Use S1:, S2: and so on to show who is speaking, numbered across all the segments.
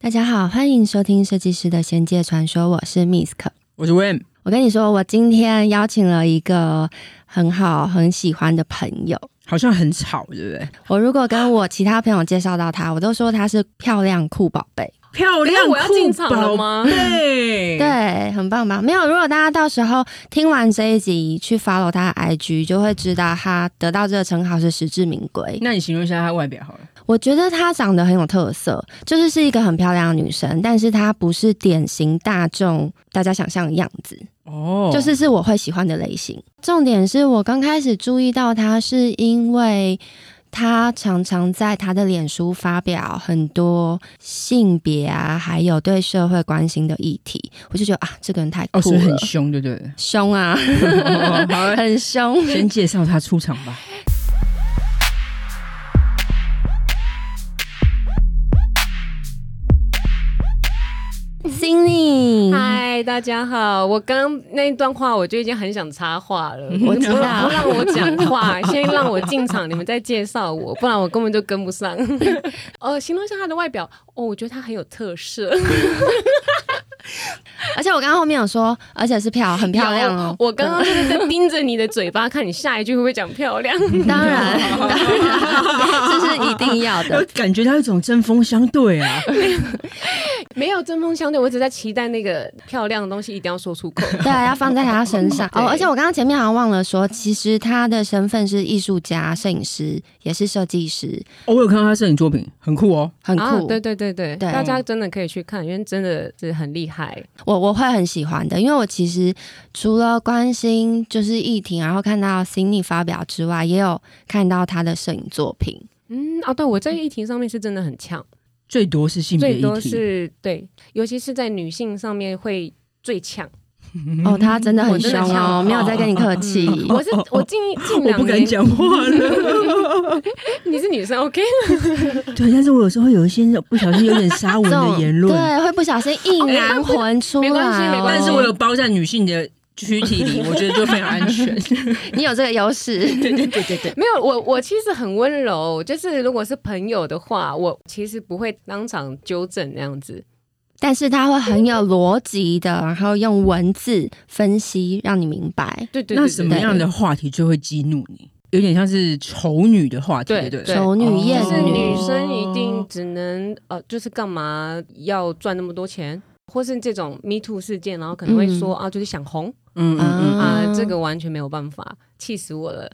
S1: 大家好，欢迎收听《设计师的仙界传说》，我是 Misk。
S2: 我是 Wim，
S1: 我跟你说，我今天邀请了一个很好、很喜欢的朋友。
S2: 好像很吵，对不对？
S1: 我如果跟我其他朋友介绍到她，我都说她是漂亮酷宝贝。
S2: 漂
S3: 等一
S2: 亮
S3: 下
S2: 酷
S3: 哎我要进场了吗
S2: 宝贝，
S1: 对，很棒吧？没有，如果大家到时候听完这一集去 follow 她的 IG，就会知道她得到这个称号是实至名归。
S2: 那你形容一下她外表好了。
S1: 我觉得她长得很有特色，就是是一个很漂亮的女生，但是她不是典型大众大家想象的样子。
S2: 哦
S1: 就是是我会喜欢的类型。重点是我刚开始注意到他，是因为他常常在他的脸书发表很多性别啊，还有对社会关心的议题，我就觉得啊，这个人太
S2: 哦，
S1: 酷
S2: 是
S1: 了
S2: 很，凶，对不 对？
S1: 凶 啊，
S2: 哦好，
S1: 很凶。
S2: 先介绍她出场吧。
S1: Cindy，
S3: 嗨，大家好！我刚那一段话，我就已经很想插话了。
S1: 嗯我知道
S3: 不不让我讲话，先让我进场，你们再介绍我，不然我根本就跟不上。 呃，形容一下她的外表，哦，我觉得她很有特色，
S1: 而且我刚刚后面有说，而且是漂很漂亮哦。
S3: 我刚刚就是在盯着你的嘴巴，看你下一句会不会讲漂亮。
S1: 当然，当 然，这是一定要的
S2: 呃。感觉她有一种针锋相对 啊，
S3: 没有针锋相对，我只在期待那个漂亮的东西一定要说出口。
S1: 对，要放在他身上哦。
S3: 对
S1: 而且我刚刚前面好像忘了说，其实他的身份是艺术家、摄影师，也是设计师，
S2: 哦我有看到她摄影作品，很酷哦。
S1: 很酷。
S3: 啊，对对对对，
S1: 对
S3: 大家真的可以去看，因为真的是很厉害。
S1: 我我会很喜欢的，因为我其实除了关心就是议题，然后看到 Cindy 发表之外，也有看到他的摄影作品。
S3: 嗯，哦，对，我在议题上面是真的很强。
S2: 最多是性别
S3: 最多
S2: 议题，
S3: 是对，尤其是在女性上面会最强。
S1: 哦，他真的很
S3: 嗯我真
S1: 凶
S3: 的想
S1: 哦，
S3: 好
S1: 没有在跟你客气。
S3: 我是我 近
S2: 哦
S3: 近
S2: 我
S3: 两
S2: 不敢
S3: 年，
S2: 讲话 了。
S3: 你是女生 OK？
S2: 对，但是我有时候会有一些不小心有点沙文
S1: 这
S2: 的
S1: 种
S2: 言论，
S1: 对，会不小 心一
S3: 哦
S1: 男魂出来、
S3: 没
S1: 哦
S3: 关系没关系
S2: 但是我有包在女性的躯体里，我觉得就非常安全。
S1: 你有这个优 势。
S2: 对对对对对，
S3: 没有，我我其实很温柔，就是如果是朋友的话，我其实不会当场纠正那样子。
S1: 但是他会很有逻辑的，然后用文字分析让你明白。
S3: 对对对
S2: 那什么样的话题最会激怒你？有点像是丑女的话题，
S3: 对
S2: 对不对？
S3: 对
S1: 丑女
S3: 对
S1: 艳
S3: 就是
S1: 女
S3: 女生一定只能呃，就是干嘛要赚那么多钱，或是这种 Me Too 事件，然后可能会说、啊，就是想红
S2: 嗯嗯嗯，
S3: 啊、
S1: 嗯
S3: 这个完全没有办法，气死我了。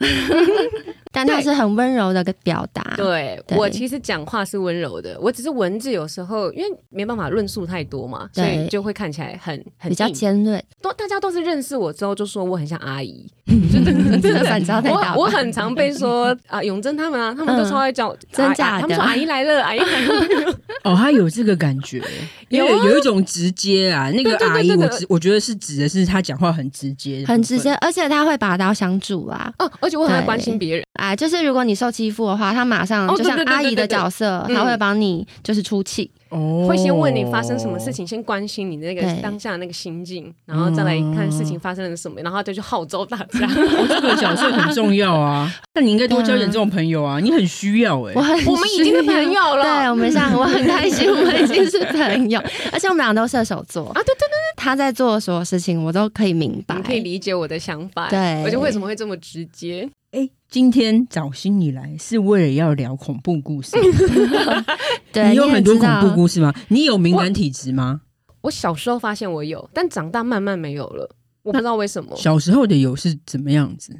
S1: 但她是很温柔的个表达。
S3: 对
S1: 对
S3: 我其实讲话是温柔的，我只是文字有时候因为没办法论述太多嘛，
S1: 对
S3: 所以就会看起来很很
S1: 比较
S3: 硬
S1: 尖 锐，
S3: 都大家都是认识我之后就说我很像 阿姨，
S1: 真的反差太大吧。嗯
S3: 我我很常 被说啊永贞他们啊，他们都超爱叫、
S1: 真
S3: 啊
S1: 假的
S3: 啊他们说阿姨来了，阿姨来 了，
S2: 哦，他有这个感觉，因为
S3: 有啊
S2: 有一种直接啊，那个
S3: 对对对
S2: 阿姨，
S3: 对
S2: 我
S3: 对
S2: 直我觉得是指的是他讲话很直接，
S1: 很直接，。而且他会拔刀相助啊！
S3: 哦、而且我很会关心别人，
S1: 哎，就是如果你受欺负的话，他马上
S3: 哦
S1: 就像
S3: 对对对
S1: 阿姨的
S3: 对对对
S1: 角色，
S3: 嗯
S1: 他会帮你就是出气。
S2: 哦
S3: 会先问你发生什么事，情，先关心你那个
S1: 哦对哦
S3: 当下那个心境，然后再来看事情发生了什么，然后再去号召大 家。
S2: 哦这个角色很重要 啊。那你应该多交点这种朋友啊，你很需要哎
S1: 我。很
S3: 我们已经是朋友了
S1: 需要对我们像我很开 心，我们已经是朋友，而且我们俩都射手座啊，对对对，他在做的所有事情我都可以明白
S3: 你，可以理解我的想法，
S1: 对
S3: 我就为什么会这么直接？
S2: 哎，今天找心理来是为了要聊恐怖故事，
S3: 嗯
S1: 对，
S2: 你有
S1: 也
S2: 很多
S1: 知
S2: 恐
S1: 道
S2: 怖故事吗？你有敏感体质吗？
S3: 我小时候发现我有，但长大慢慢没有了。我不知道为什么，
S2: 小时候的有是怎么样子？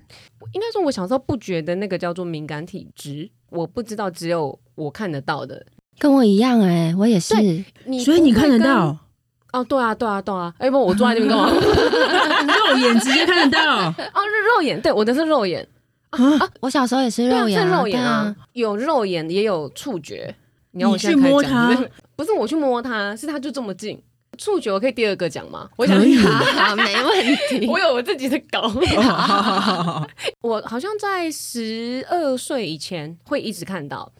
S3: 应该说我小时候不觉得那个叫做敏感体质，我不知道只有我看得到的。
S1: 跟我一样哎，我也是，
S3: 你
S2: 所以你
S3: 不会
S2: 看得
S3: 跟？
S2: 到，
S3: 哦，对啊，对啊，对啊。哎，不，我坐在那边干嘛？
S2: 肉眼直接看得到。
S3: 哦，是肉眼，对，我的是肉眼，
S1: 我小时候也是
S3: 对啊，
S1: 肉
S3: 是
S1: 眼啊，
S3: 肉眼
S1: 对
S3: 啊
S1: 啊，，
S3: 有肉眼也有触觉。你要
S2: 你
S3: 我现
S2: 去
S3: 在开始
S2: 摸
S3: 讲
S2: 它
S3: 是不是， 不是我去摸它，是它就这么近。触觉我可以第二个讲吗？我想
S2: 可以，
S3: 啊
S1: 好，没问题。
S3: 我有我自己的稿。
S2: 哦好好好好好，
S3: 我好像在十二岁以前会一直看到，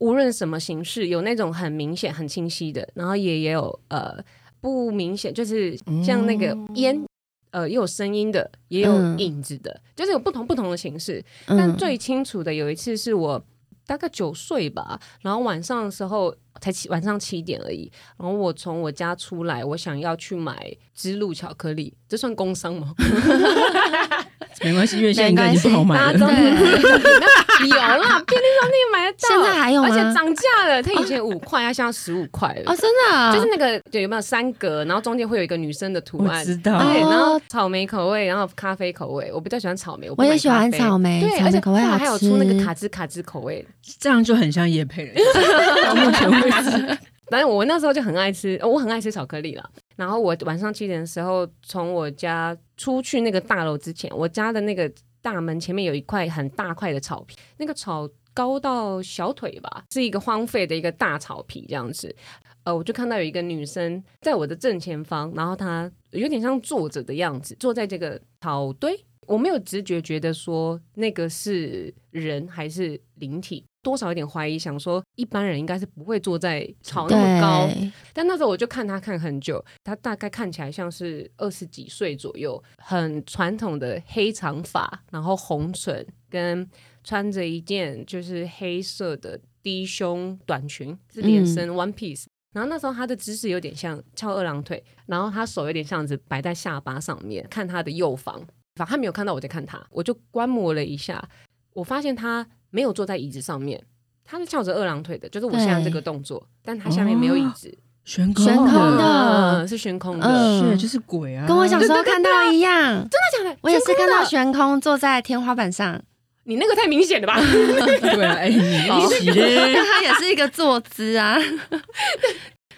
S3: 无论什么形式，有那种很明显、很清晰的，然后也也有呃不明显，就是像那个烟，呃，也有声音的，也有
S1: 嗯
S3: 影子的，就是有不同不同的形式。
S1: 嗯
S3: 但最清楚的有一次是我大概九岁吧，然后晚上的时候才七晚上七点而已，然后我从我家出来，我想要去买芝露巧克力，这算工伤吗？
S2: 没关系，因为现在应该已经不好买
S3: 大家
S2: 了
S3: 都。
S1: 对
S3: 有啦，便利商店买得到，
S1: 现在还有吗
S3: 而且涨价了，它以前五块，它现在十五块了。
S1: 哦，真的啊，
S3: 就是那个对有没有三格，然后中间会有一个女生的图
S2: 我
S3: 案，
S2: 知道，
S3: 对，
S1: 哦
S3: 然后草莓口味，然后咖啡口味，我比较喜欢草莓，我不
S1: 我也
S3: 买
S1: 喜欢
S3: 咖啡
S1: 草莓
S3: 对，
S1: 草
S3: 而
S1: 莓
S3: 且
S1: 口味
S3: 后
S1: 好
S3: 来
S1: 吃。
S3: 还有出那个卡兹卡兹口味，
S2: 这样就很像叶配了。到目前为止，
S3: 反正我那时候就很爱吃，呃我很爱吃巧克力啦。然后我晚上七点的时候从我家出去那个大楼之前，我家的那个大门前面有一块很大块的草皮，那个草高到小腿吧，是一个荒废的一个大草皮这样子。呃，我就看到有一个女生在我的正前方，然后她有点像坐着的样子，坐在这个草堆。我没有直觉觉得说那个是人还是灵体，多少有点怀疑，想说一般人应该是不会坐在草那么高
S1: 对，
S3: 但那时候我就看他看很久，他大概看起来像是二十几岁左右，很传统的黑长发，然后红唇，跟穿着一件就是黑色的低胸短裙，是连身 one piece。然后那时候他的姿势有点像翘二郎腿，然后他手有点像是摆在下巴上面，看他的右方，反正他没有看到我在看他，我就观摩了一下，我发现他没有坐在椅子上面，他是翘着二郎腿的，就是我现在这个动作，但他下面没有椅子，
S2: 悬
S1: 悬空
S2: 的
S1: 真的
S3: 嗯是悬空的，
S1: 嗯
S2: 是就是鬼啊，
S1: 跟我小时候看到一样，
S3: 真的假的？
S1: 我也是
S3: 悬空
S1: 看到
S3: 的
S1: 悬空坐在天花板 上，
S3: 你那个太明 显了吧？
S2: 对啊，哎，你
S1: 哦
S2: 一起嘞，
S1: 它也是一个坐姿啊。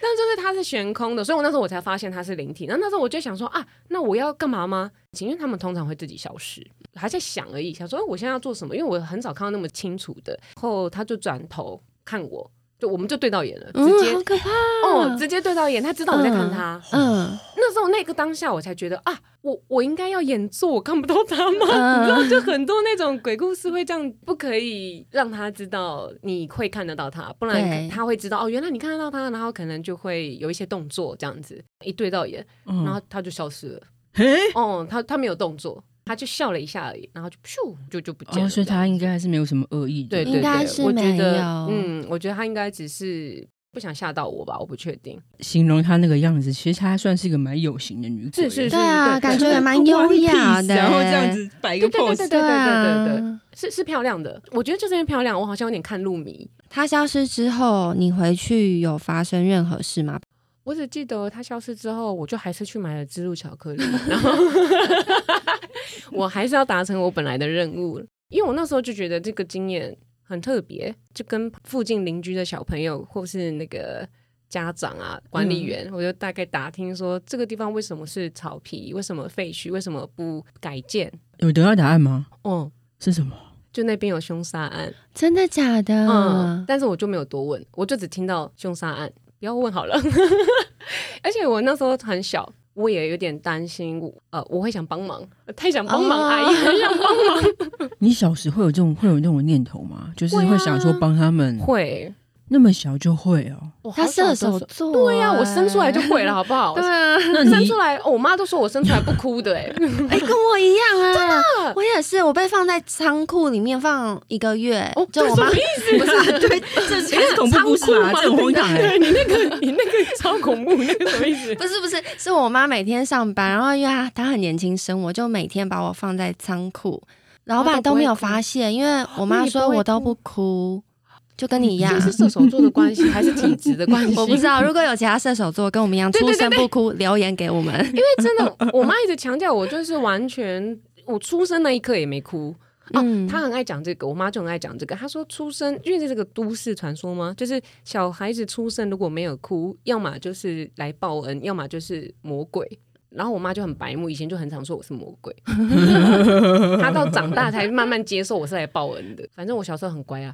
S3: 但就是它是悬空的，所以我那时候我才发现它是灵体。然后那时候我就想说啊，那我要干嘛吗？因为他们通常会自己消失，还在想而已，想说、哎我现在要做什么？因为我很少看到那么清楚的。然后他就转头看我，就我们就对到眼了，
S1: 嗯
S3: 直，接、
S1: 好可怕
S3: 哦，直接对到眼，他知道我在看他。
S1: 嗯
S3: 那时候那个当下，我才觉得啊，我我应该要演作，我看不到他吗？
S1: 嗯
S3: 你知道，就很多那种鬼故事会这样，不可以让他知道你会看得到他，不
S1: 对
S3: 然他会知道哦，原来你看得到他，然后可能就会有一些动作这样子，一对到眼，
S2: 嗯
S3: 然后他就消失了。
S2: 嘿，
S3: 哦，他他没有动作，他就笑了一下而已，然后就咻就就不见了。
S2: 哦，所以他应该还是没有什么恶意的，
S3: 对对
S1: 应
S3: 对，
S1: 该是
S3: 我觉
S1: 没
S3: 得
S1: 有
S3: 嗯，我觉得他应该只是不想吓到我吧，我不确定。
S2: 形容她那个样子，其实她还算是一个蛮有型的女鬼，
S3: 是是
S1: 对啊，
S3: 对
S1: 感觉也蛮优雅的欸。
S2: 然后这样子摆一个
S3: 对对
S2: pose，
S3: 对对
S1: 对
S3: 对对对对。
S1: 啊，
S3: 是是漂亮的，我觉得就是因为漂亮，我好像有点看入迷。
S1: 它消失之后，你回去有发生任何事吗？
S3: 我只记得它消失之后，我就还是去买了芝露巧克力，然后我还是要达成我本来的任务，因为我那时候就觉得这个经验很特别，就跟附近邻居的小朋友或是那个家长啊、管理员，我就大概打听说这个地方为什么是草皮，为什么废墟，为什么不改建？
S2: 有得到答案吗？
S3: 哦、
S2: 是什么？
S3: 就那边有凶杀案，
S1: 真的假的？
S3: 嗯，但是我就没有多问，我就只听到凶杀案，不要问好了。 而且我那时候很小，我也有点担心，我呃，我会想帮忙，太想帮忙，
S1: 哦
S3: 阿姨 很想帮忙。
S2: 你小时候会有这种会有那种念头吗？就是
S3: 会啊
S2: 会想说帮他们，
S3: 会，
S2: 那么小就会哦。
S3: 我好
S1: 他射
S3: 小的
S1: 手
S3: 时候。
S1: 座欸，
S3: 对呀、我生出来就会了，好不好？
S1: 对啊，
S2: 那
S3: 生
S2: 你
S3: 出来，哦我妈都说我生出来不哭的、欸，
S1: 哎，跟我一样 啊，真的，我也是，我被放在仓库里面放一个月
S3: 哦，，
S1: 就我妈
S3: 这什么意思、啊？
S2: 对，这才是恐怖故事吧？这很荒唐哎
S3: 对。你那个，你那个超恐怖，那个什么意 思？
S1: 不是不是，是我妈每天上班，然后因为她她很年轻生我，就每天把我放在仓库，老
S3: 她
S1: 板
S3: 都
S1: 都
S3: 哦不会
S1: 没有
S3: 哭
S1: 发现，因为我
S3: 那
S1: 妈
S3: 你不
S1: 说
S3: 会
S1: 我都
S3: 哭嗯
S1: 不哭，就跟你一样
S3: 这。是射手座的关系，还是体质的关系？
S1: 我不知道，如果有其他射手座跟我们一样
S3: 对
S1: 出
S3: 对对
S1: 生不哭，留言给我们。
S3: 因为真的，我妈一直强调我就是完全，我出生那一刻也没哭。哦，
S1: 嗯
S3: 她很爱讲这个，我妈就很爱讲这个。她说出生，因为这是个都市传说吗？就是小孩子出生如果没有哭，要么就是来报恩，要么就是魔鬼。然后我妈就很白目，以前就很常说我是魔鬼， 她到长大才慢慢接受我是来报恩的。反正我小时候很乖啊，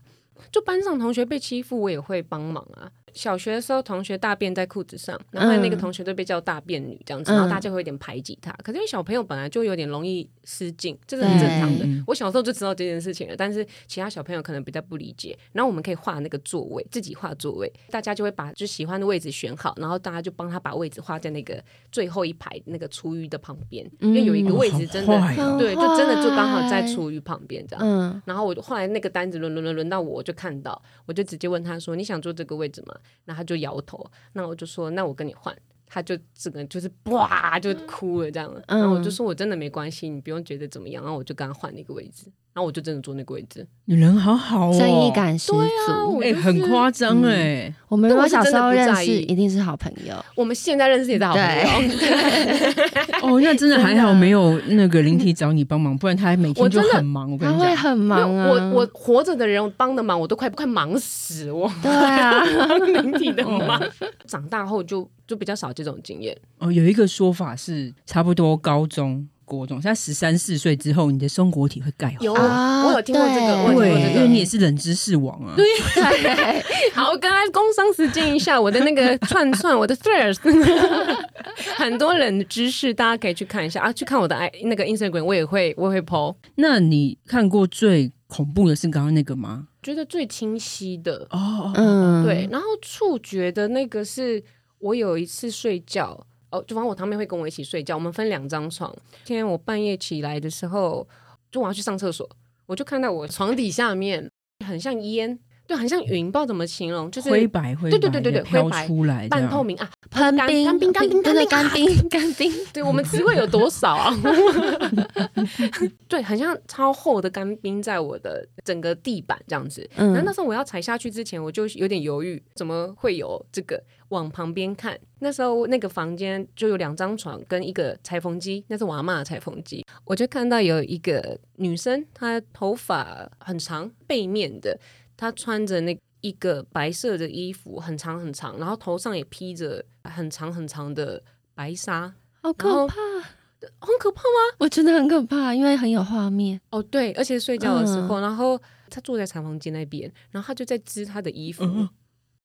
S3: 就班上同学被欺负，我也会帮忙啊。小学的时候，同学大便在裤子上，然后那个同学就被叫大便女这样子，
S1: 嗯
S3: 然后大家会有点排挤她。可是因为小朋友本来就有点容易失禁，这是很正常的
S2: 对嗯。
S3: 我小时候就知道这件事情了，但是其他小朋友可能比较不理解。然后我们可以画那个座位，自己画座位，大家就会把就喜欢的位置选好，然后大家就帮他把位置画在那个最后一排那个厨余的旁边，因为有一个位置真的、嗯
S2: 哦好坏哦
S3: 对，就真的就刚好在
S1: 很坏
S3: 厨余旁边这样。
S1: 嗯，
S3: 然后我就后来那个单子轮轮轮轮到我，我就看到，我就直接问他说：“你想坐这个位置吗？”然后他就摇头，那我就说：“那我跟你换。”他就整个就是哇就哭了这样，
S1: 嗯
S3: 然后我就说：“我真的没关系，你不用觉得怎么样。”然后我就跟他换了一个位置，然后我就真的坐那个位置。
S2: 你人好好哦，
S1: 正义感嗯十足。
S3: 我
S2: 哎，
S3: 就是
S2: 很夸张哎，
S1: 我们如果小时候认
S3: 但啊我是真的不在
S1: 识，
S3: 意
S1: 一定是好朋友。
S3: 我们现在认识也是好朋友，
S2: 哦，那 真的还好没有那个灵体找你帮忙，不然他每天
S3: 我
S2: 就
S3: 真的
S2: 很忙。我跟
S1: 他
S2: 你
S1: 会
S2: 讲，
S1: 很 忙啊，
S3: 我我活着的人帮的忙我都快快忙死我，
S1: 对啊，
S3: 灵体的忙。
S1: 嗯
S3: 长大后就就比较少这种经验。
S2: 哦，有一个说法是，差不多高中、国中，在十三四岁之后，你的松果体会钙化。
S3: 有
S1: 啊
S3: 我有听过这个，我有听过
S2: 对，
S3: 这
S2: 因
S3: 个
S2: 为。你也是冷知识王啊。
S1: 对，
S3: 好，我跟他工商时间一下我的那个串串，我的 thirst，很多人的知识，大家可以去看一下啊，去看我的 i 那个 Instagram，我也会我也会 po。
S2: 那你看过最恐怖的是刚刚那个吗？
S3: 觉得最清晰的，
S2: 哦，
S1: 嗯，
S3: 对，，然后触觉的那个是我有一次睡觉。哦，就反正我堂妹会跟我一起睡觉，我们分两张床。今天我半夜起来的时候，就我要去上厕所，我就看到我床底下面很像烟，对，很像云，不知道怎么形容，就是
S2: 灰白灰白
S3: 对对对对
S2: 的
S3: 对
S2: 飘
S3: 灰白
S2: 出来，
S3: 半透。明啊，
S1: 喷
S3: 干
S1: 冰，
S3: 干冰干冰
S1: 对对
S3: 干
S1: 干冰，干冰，
S3: 对我们词汇有多少啊？ 对，很像超厚的干冰在我的整个地板这样子。然后
S1: 嗯
S3: 那时候我要踩下去之前，我就有点犹豫，怎么会有这个？往旁边看，那时候那个房间就有两张床跟一个裁缝机，那是我阿嬷的裁缝机。我就看到有一个女生，她头发很长，背面的，她穿着那一个白色的衣服，很长很长，然后头上也披着很长很长的白纱，
S1: 好
S3: 然
S1: 可
S3: 后
S1: 怕，
S3: 很可怕吗？
S1: 我觉得很可怕，因为很有画面，
S3: 哦，对，而且睡觉的时候，然后他坐在长房间那边，然后他就在织他的衣服，
S2: 嗯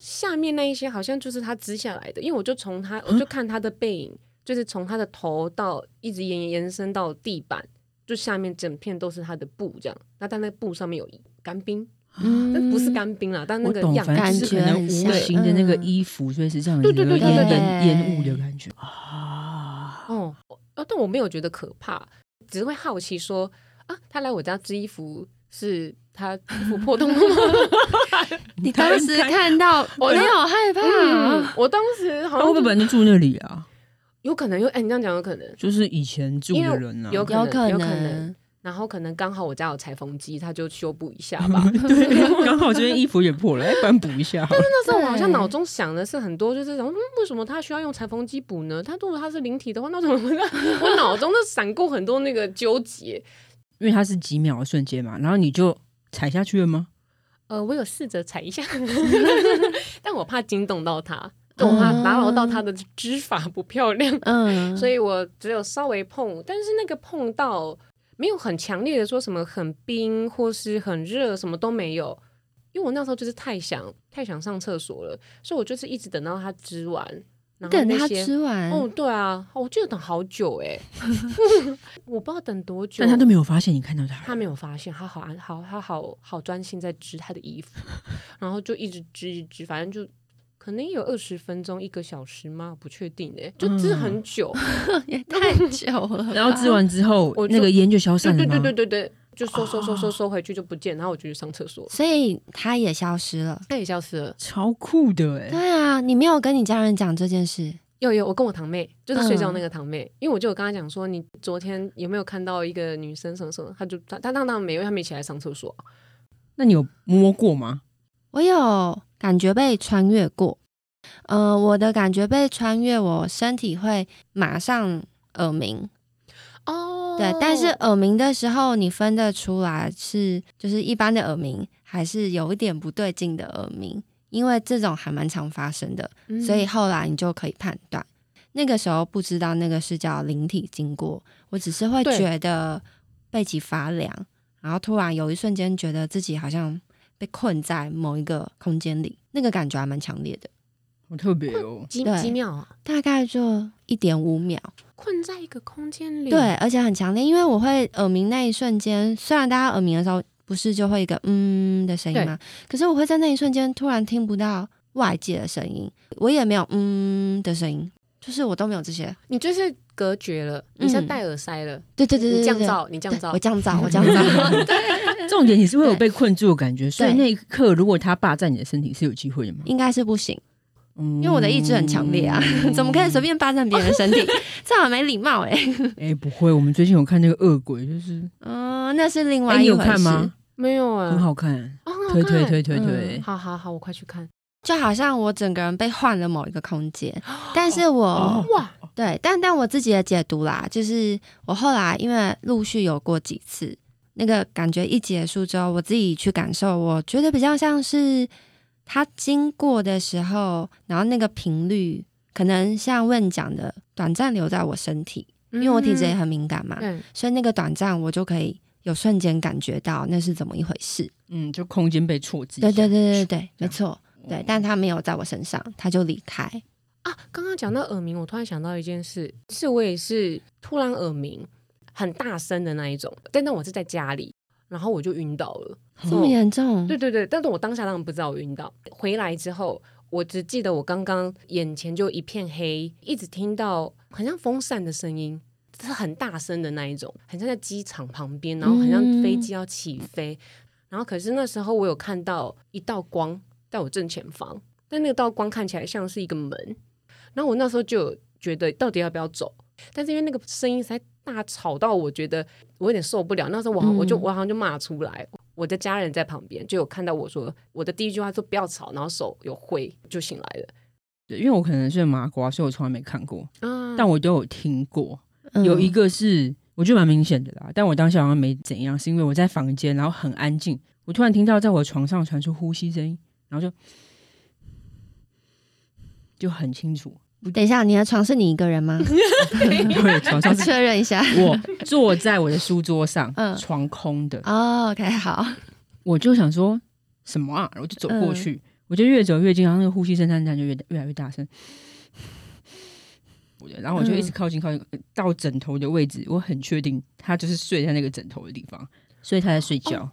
S3: 下面那一些好像就是他织下来的，因为我就从他，我就看他的背影，就是从他的头到一直延延伸到地板，就下面整片都是他的布这样。那但那布上面有干冰，
S1: 嗯，
S3: 啊那不是干冰啦，但那
S2: 我
S3: 个
S2: 懂，
S3: 样
S2: 反正
S3: 子
S2: 就是
S1: 感
S2: 可
S1: 觉
S2: 能
S1: 很
S2: 无
S1: 像
S2: 形的那个
S1: 嗯
S2: 衣服，所以是这样，
S3: 对对对
S2: 有点
S3: 对对
S1: 对
S2: 烟雾的感觉啊。
S3: 哦，哦，但我没有觉得可怕，只是会好奇说啊，他来我家织衣服是他 衣服破洞了吗？
S1: 你当时看到
S3: 我
S1: 没有害
S3: 嗯
S1: 怕，，
S3: 我当时好
S2: 他会不
S3: 像
S2: 会
S3: 就
S2: 本来就住那里啊？
S3: 有可能有，哎、你这样讲有可能。
S2: 就是以前住的人啊，
S3: 因为有
S1: 有
S3: 可能有可
S1: 能
S3: 能，然后可能刚好我家有裁缝机，他就修补一下吧。
S2: 对，刚好这边衣服也破了，哎，不然补一下好了。
S3: 那时候我好像脑中想的是很多，就是想说、嗯、为什么他需要用裁缝机补呢？他如果他是灵体的话，那怎么办？ 我脑中就闪过很多那个纠结。
S2: 因为它是几秒的瞬间嘛，然后你就踩下去了吗？
S3: 呃，我有试着踩一下， 但我怕惊动到他，就我怕打扰到他的织法不漂亮，
S1: 嗯，
S3: 所
S1: 以
S3: 以我只有稍微碰，但是那个碰到没有很强烈的说什么很冰或是很热，什么都没有。因为我那时候就是太想太想上厕所了，所以我就是一直等到他织完，然后
S1: 等
S3: 那
S1: 他
S3: 些
S1: 吃完，
S3: 哦，对啊，我记得等好久哎、我不知道等多久，
S2: 但他都没有发现你看到他，
S3: 他没有发现，他好安好，他好好专心在织他的衣服，然后就一直织一直织，反正就可能有二十分钟一个小时吗？不确定哎、就
S1: 嗯
S3: 织很久，
S1: 也太久了吧，
S2: 然后织完之后
S3: 我，就
S2: 那个烟就消
S3: 对
S2: 散了
S3: 对
S2: 吗？
S3: 对对对对，就收收收收收回去就不见，然后我就去上厕所，
S1: 所以他也消失了。
S3: 那也消失了。
S2: 超酷的哎、
S1: 对啊，你没有跟你家人讲这件事，
S3: 有有，我跟我堂妹，就是睡觉那个堂妹，因为我就有跟她讲说，你昨天有没有看到一个女生什么什么？她就她她当然没有，因为她没起来上厕所。啊
S2: 那你有摸过吗？
S1: 我有感觉被穿越过。呃，我的感觉被穿越，我身体会马上耳鸣。
S3: 哦
S1: 对，但是耳鸣的时候，你分得出来是就是一般的耳鸣，还是有一点不对劲的耳鸣，因为这种还蛮常发生的，
S3: 嗯
S1: 所以后来你就可以判断。那个时候不知道那个是叫灵体经过，我只是会
S3: 对
S1: 觉得背脊发凉，然后突然有一瞬间觉得自己好像被困在某一个空间里，那个感觉还蛮强烈的，
S2: 好特别哦。
S3: 几
S1: 对
S3: 几秒啊，
S1: 大概就一点五秒。
S3: 困在一个空间里，
S1: 对，而且很强烈，因为我会耳鸣那一瞬间，虽然大家耳鸣的时候不是就会一个嗯的声音吗？可是我会在那一瞬间突然听不到外界的声音，我也没有嗯的声音，就是我都没有这些。
S3: 你就是隔绝了，你像
S1: 嗯
S3: 戴耳塞了，
S1: 对对对对
S3: 你
S1: 对，
S3: 降
S1: 对
S3: 噪，你降
S1: 对我
S3: 噪，
S1: 降 噪，我降噪，
S2: 重点你是会有被困住的感觉，所以
S1: 对
S2: 那一刻如果他霸占你的身体是有机会的吗？
S1: 应该是不行，因
S2: 因
S1: 为我的意志很强烈啊，
S2: 嗯
S1: 怎么可以随便霸占别人的身 体？这好没礼貌哎、
S2: 哎、不会，我们最近有看那个恶鬼，就是
S1: 嗯，那是另
S2: 哎、
S1: 外
S2: 你
S1: 一
S2: 有
S1: 回事。
S2: 看吗？
S3: 没有啊，
S2: 很好看，
S3: 哦，很好
S2: 推
S3: 看，
S2: 推推推推，
S1: 嗯
S3: 好好好，我快去看，
S1: 就好像我整个人被换了某一个空 间，但是我、
S2: 哦
S3: 哇，
S1: 对，但但我自己的解读啦，就是我后来因为陆续有过几次，那个感觉一结束之后，我自己去感受，我觉得比较像是它经过的时候，然后那个频率可能像问讲的，短暂留在我身体，因为我体质
S2: 嗯
S1: 也很敏感嘛，
S3: 嗯对，
S1: 所以那个短暂我就可以有瞬间感觉到那是怎么一回事。
S2: 嗯，就空间被挫折。
S1: 对对对对对，没错，
S2: 嗯
S1: 对，但它没有在我身上，它就离开。
S3: 啊，刚刚讲到耳鸣，我突然想到一件事，是我也是突然耳鸣，很大声的那一种，但但我是在家里，然后我就晕倒了。
S1: 这么严重？
S3: 对对对，但是我当下当然不知道我晕倒，回来之后，我只记得我刚刚眼前就一片黑，一直听到很像风扇的声音。是很大声的那一种，很像在机场旁边，然后很像飞机要起飞，然后可是那时候我有看到一道光在我正前方，但那道光看起来像是一个门，然后我那时候就有觉得到底要不要走，但是因为那个声音实在大吵到我觉得我有点受不了，那时候我好我就
S1: 嗯
S3: 我好像就骂出来，我的家人在旁边就有看到我说我的第一句话说不要吵，然后手有挥就醒来了。
S2: 对，因为我可能是麻瓜，所以我从来没看过，
S3: 啊
S2: 但我都有听过。
S1: 嗯
S2: 有一个是我觉得蛮明显的啦，但我当时好像没怎样，是因为我在房间，然后很安静，我突然听到在我床上传出呼吸声音，然后就就很清楚，
S1: 等一下，你的床是你一个人吗？
S2: 对，床
S1: 我
S2: 上是
S1: 确认一下。
S2: 我坐在我的书桌上，
S1: 嗯
S2: 床空的，
S1: 哦、o k 好，
S2: 我就想说什么啊，我就走
S3: 嗯
S2: 过去，我就越走越近，然后那个呼吸声声就越越来越大声。我就然后我就一
S3: 嗯
S2: 直靠近靠近到枕头的位置，我很确定他就是睡在那个枕头的地方，哦所以他在睡觉。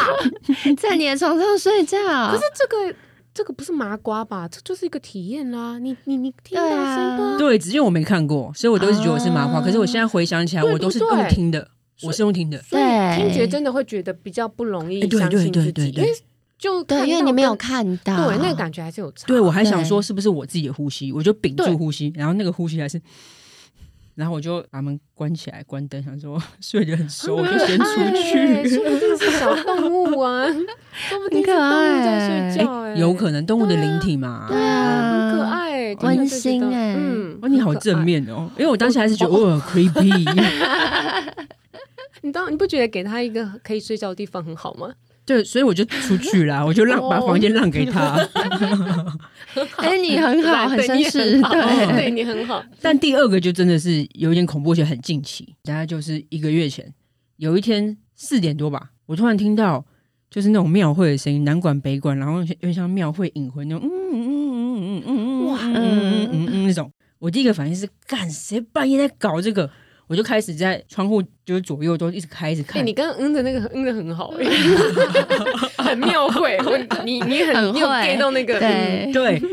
S1: 在你的床上睡觉。
S3: 可是这个这个不是麻瓜吧？这就是一个体验啦。你你你听到
S1: 对啊
S3: 声波，
S2: 对，只是因为我没看过，所以我都一直觉得我是麻瓜。
S1: 啊
S2: 可是我现在回想起来，
S3: 对
S2: 我都是
S3: 对对
S2: 用听的，
S3: 所以
S2: 我是用听的。
S3: 所以
S1: 对
S3: 听觉真的会觉得比较不容易
S2: 哎对
S3: 相信
S2: 对
S3: 自
S2: 对
S3: 己，
S2: 对
S3: 因为就看
S1: 对，因为
S3: 到
S1: 你没有
S3: 跟
S1: 看到，
S3: 对那个感觉还是有差。
S2: 对，我还想
S1: 对
S2: 说是不是我自己的呼吸，我就屏
S3: 对
S2: 住呼吸，然后那个呼吸还是，然后我就把门关起来，关灯，想说 睡得很熟，我就先
S3: 哎
S2: 出去。
S3: 说不定是小动 物啊，说不定是动物在睡觉、哎、
S2: 有可能动物的灵体嘛？
S1: 对啊，
S3: 很可。爱，
S1: 温
S3: 真的就觉得
S1: 馨哎
S3: 嗯，
S2: 哦，你好正面哦，因为我当时还是觉得哦 creepy，
S3: 很可爱。你当你不觉得给他一个可以睡觉的地方很好吗？
S2: 对，所以我就出去啦，我就让把房间让给他。
S1: 哎、你很 好，很
S3: 对
S1: 绅士，
S3: 你很好
S1: 对，
S3: 对你很好。
S2: 但第二个就真的是有点恐怖，而且很近期，大概就是一个月前，有一天四点多吧，我突然听到就是那种庙会的声音，南管北管，然后有点像庙会引魂那种，嗯嗯嗯嗯嗯嗯，哇，嗯嗯嗯嗯那种。我第一个反应是，干谁半夜在搞这个？我就开始在窗户就是左右都一直开，一直
S3: 对
S2: 看
S3: 你。刚刚嗯的那个嗯的 很好、哎很妙会。我你你很
S1: 很
S3: 你有
S1: 会
S3: get 到那 个嗯
S1: 对，
S2: 对，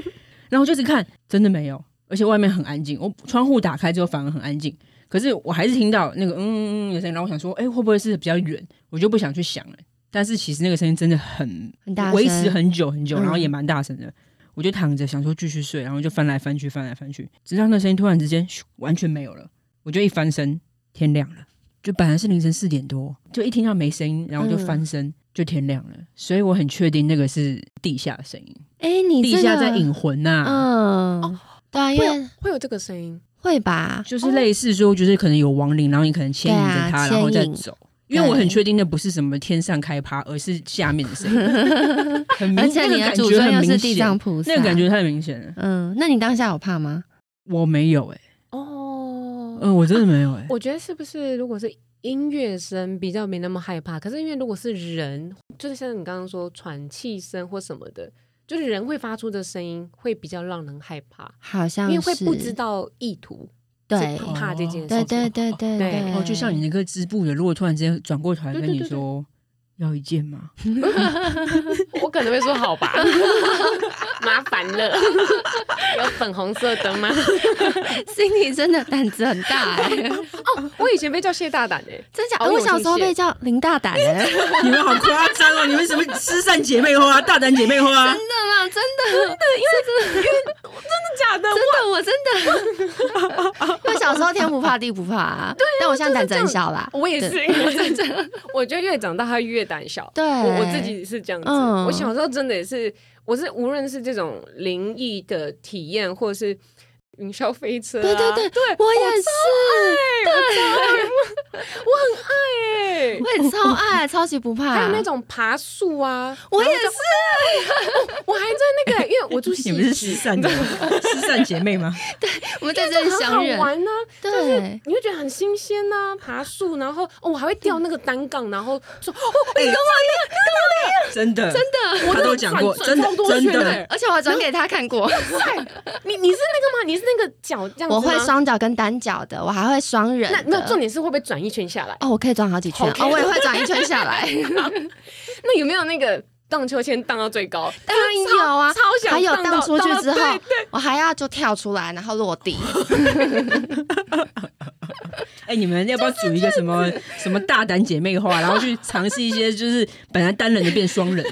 S2: 然后就是看，真的没有，而且外面很安静。我窗户打开之后反而很安静，可是我还是听到那个嗯嗯嗯的声音。然后我想说，哎、会不会是比较远？我就不想去想了。但是其实那个声音真的很
S1: 很大声
S2: 维持很久很久，
S1: 嗯
S2: 然后也蛮大声的。我就躺着想说继续睡，然后就翻来翻去，翻来翻去，直到那声音突然之间咻完全没有了。我就一翻身，天亮了。就本来是凌晨四点多，就一听到没声音，然后就
S1: 嗯
S2: 翻身，就天亮了。所以我很确定那个是地下的声音。
S1: 哎、你、这
S2: 地
S1: 个、
S2: 下在引魂呐、
S1: 嗯，对啊，因
S3: 哦会有
S1: 为
S3: 会有这个声音，
S1: 会吧，
S2: 就是类似说，就是可能有亡灵，然后你可能牵引着
S1: 对
S2: 他，
S1: 啊
S2: 然后再
S1: 牵引
S2: 走。因为我
S1: 对
S2: 很确定那不是什么天上开趴，而是下面的声音， 很明
S1: 而且你
S2: 那
S1: 的
S2: 个
S1: 祖
S2: 感觉
S1: 宗
S2: 很
S1: 又是
S2: 明
S1: 地
S2: 显
S1: 藏菩萨，
S2: 那个感，觉太明显了。
S1: 嗯，那你当下有怕吗？
S2: 我没有哎、
S3: 哦
S2: 嗯、我真的没有哎、
S3: 我觉得是不是如果是音乐声比较没那么害怕，可是因为如果是人，就是像你刚刚说喘气声或什么的，就是人会发出的声音会比较让人害怕，
S1: 好像
S3: 因
S1: 是
S3: 为会不知道意图，
S1: 对
S3: 是怕这件事情。
S1: 对对对对
S3: 对
S1: 对，
S2: 哦，就像你那个织布的，如果突然之间转过头来跟
S3: 对对
S2: 你
S3: 对对
S2: 说要一件吗？
S3: 我可能会说好 吧，麻烦了。有粉红色灯吗？
S1: 心里真的胆子很大哎、
S3: 哦我以前被叫谢大胆哎、
S1: 真假？
S3: 哦因为
S1: 我
S3: 我
S1: 小时候
S3: 姓谢
S1: 被叫林大胆哎、 真的
S2: 你们好夸张哦！你们什么失散姐妹花、大胆姐妹花？
S1: 啦，真的，
S3: 假的？
S1: 真的，我真的，因为小时候天不怕地不怕、啊，对、但我现在胆子很小啦。
S3: 我也是，
S1: 对
S3: 我真的，我觉得越长大他越胆小。
S1: 对
S3: 我我自己是这样子。
S1: 嗯
S3: 我小时候真的也是，我是无论是这种灵异的体验，或者是云霄飞车、啊，
S1: 对对对，
S3: 对，
S1: 我也是，
S3: 我很爱欸
S1: 我也超爱，超级不怕。
S3: 还有那种爬树啊，
S1: 我也
S3: 然后就，我我还在那个，因为我 住
S2: 你
S3: 西
S2: 们是
S3: 区
S2: 失散的吗失散姐妹吗？
S1: 我们在这
S3: 就
S1: 里
S3: 很好
S1: 相认，
S3: 玩呢、啊
S1: 对，
S3: 你会觉得很新鲜呐、爬树，然后、哦、我还会吊那个单杠，然后说哦，哎、
S2: 真的，真的，我都讲过，
S3: 我
S2: 真
S3: 真的
S2: 的，
S3: 转
S2: 真
S3: 转超多圈
S2: 的
S3: 的。
S1: 而且我还转给他看过。
S3: 你你是那个吗？你是那个脚这样子吗
S1: 我会双脚跟单脚的，我还会双人
S3: 那
S1: 的。
S3: 那重点是会不会转一圈下来？
S1: 哦，我可以转好几圈
S3: 好看
S1: 哦，我也会转一圈下来。
S3: 那有没有那个荡秋千荡到最高？
S1: 当然有啊
S3: 超，想
S1: 还有
S3: 荡
S1: 荡
S3: 到
S1: 出去
S3: 荡到
S1: 之后
S3: 对，
S1: 我还要就跳出来，然后落地。
S2: 哎，你们要不要组一个什么什么大胆姐妹花，然后去尝试一些就是本来单人的变双 人，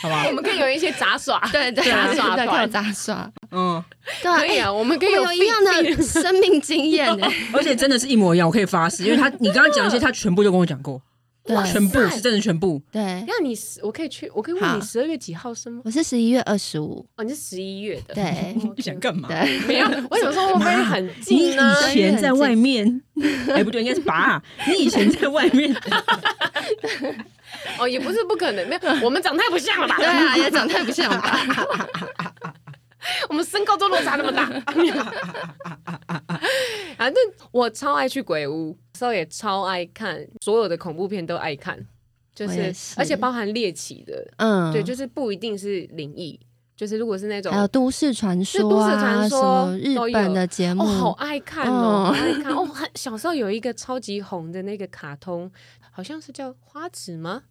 S2: 好不好
S3: 我？们可以有一些杂耍，
S1: 对对
S3: 杂
S1: 对
S3: 耍
S1: 对，
S3: 团
S1: 有杂耍，
S2: 嗯，
S1: 对啊，
S3: 可以
S1: 哎
S3: 啊，我们可以
S1: 我有一样的生命经验呢。
S2: 而且真的是一模一样，我可以发誓，因为他你刚刚讲一些，他全部都跟我讲过，
S1: 对
S2: 全部是真的全部。
S1: 对，
S3: 让你十，我可以去，我可以问
S1: 好
S3: 你十二月几号生吗？
S1: 我是十一月二十五，
S3: 哦，你是十一月的。哦
S1: 对
S2: 你想干嘛？
S1: 对，
S3: 没有，我想说会不会很近呢？
S2: 你以前在外 面，哎，不对，应该是拔。你以前在外 面，
S3: 哦，也不是不可能，没 有，我们长太不像了吧
S1: 对？啊，也长太不像吧？
S3: 我们身高都落差那 么大。反正我超爱去鬼屋，时候也超爱看，所有的恐怖片都爱看，就
S1: 我
S3: 是
S1: 也是
S3: 而且包含猎奇的，
S1: 嗯，
S3: 对，就是不一定是灵异，就是如果是那种
S1: 还有都市传说
S3: 对都市
S1: 啊，
S3: 传
S1: 什
S3: 说
S1: 么日本的节目
S3: 哦，，好爱看哦，
S1: 嗯
S3: 好爱看哦。很小时候有一个超级红的那个卡通，好像是叫花子吗？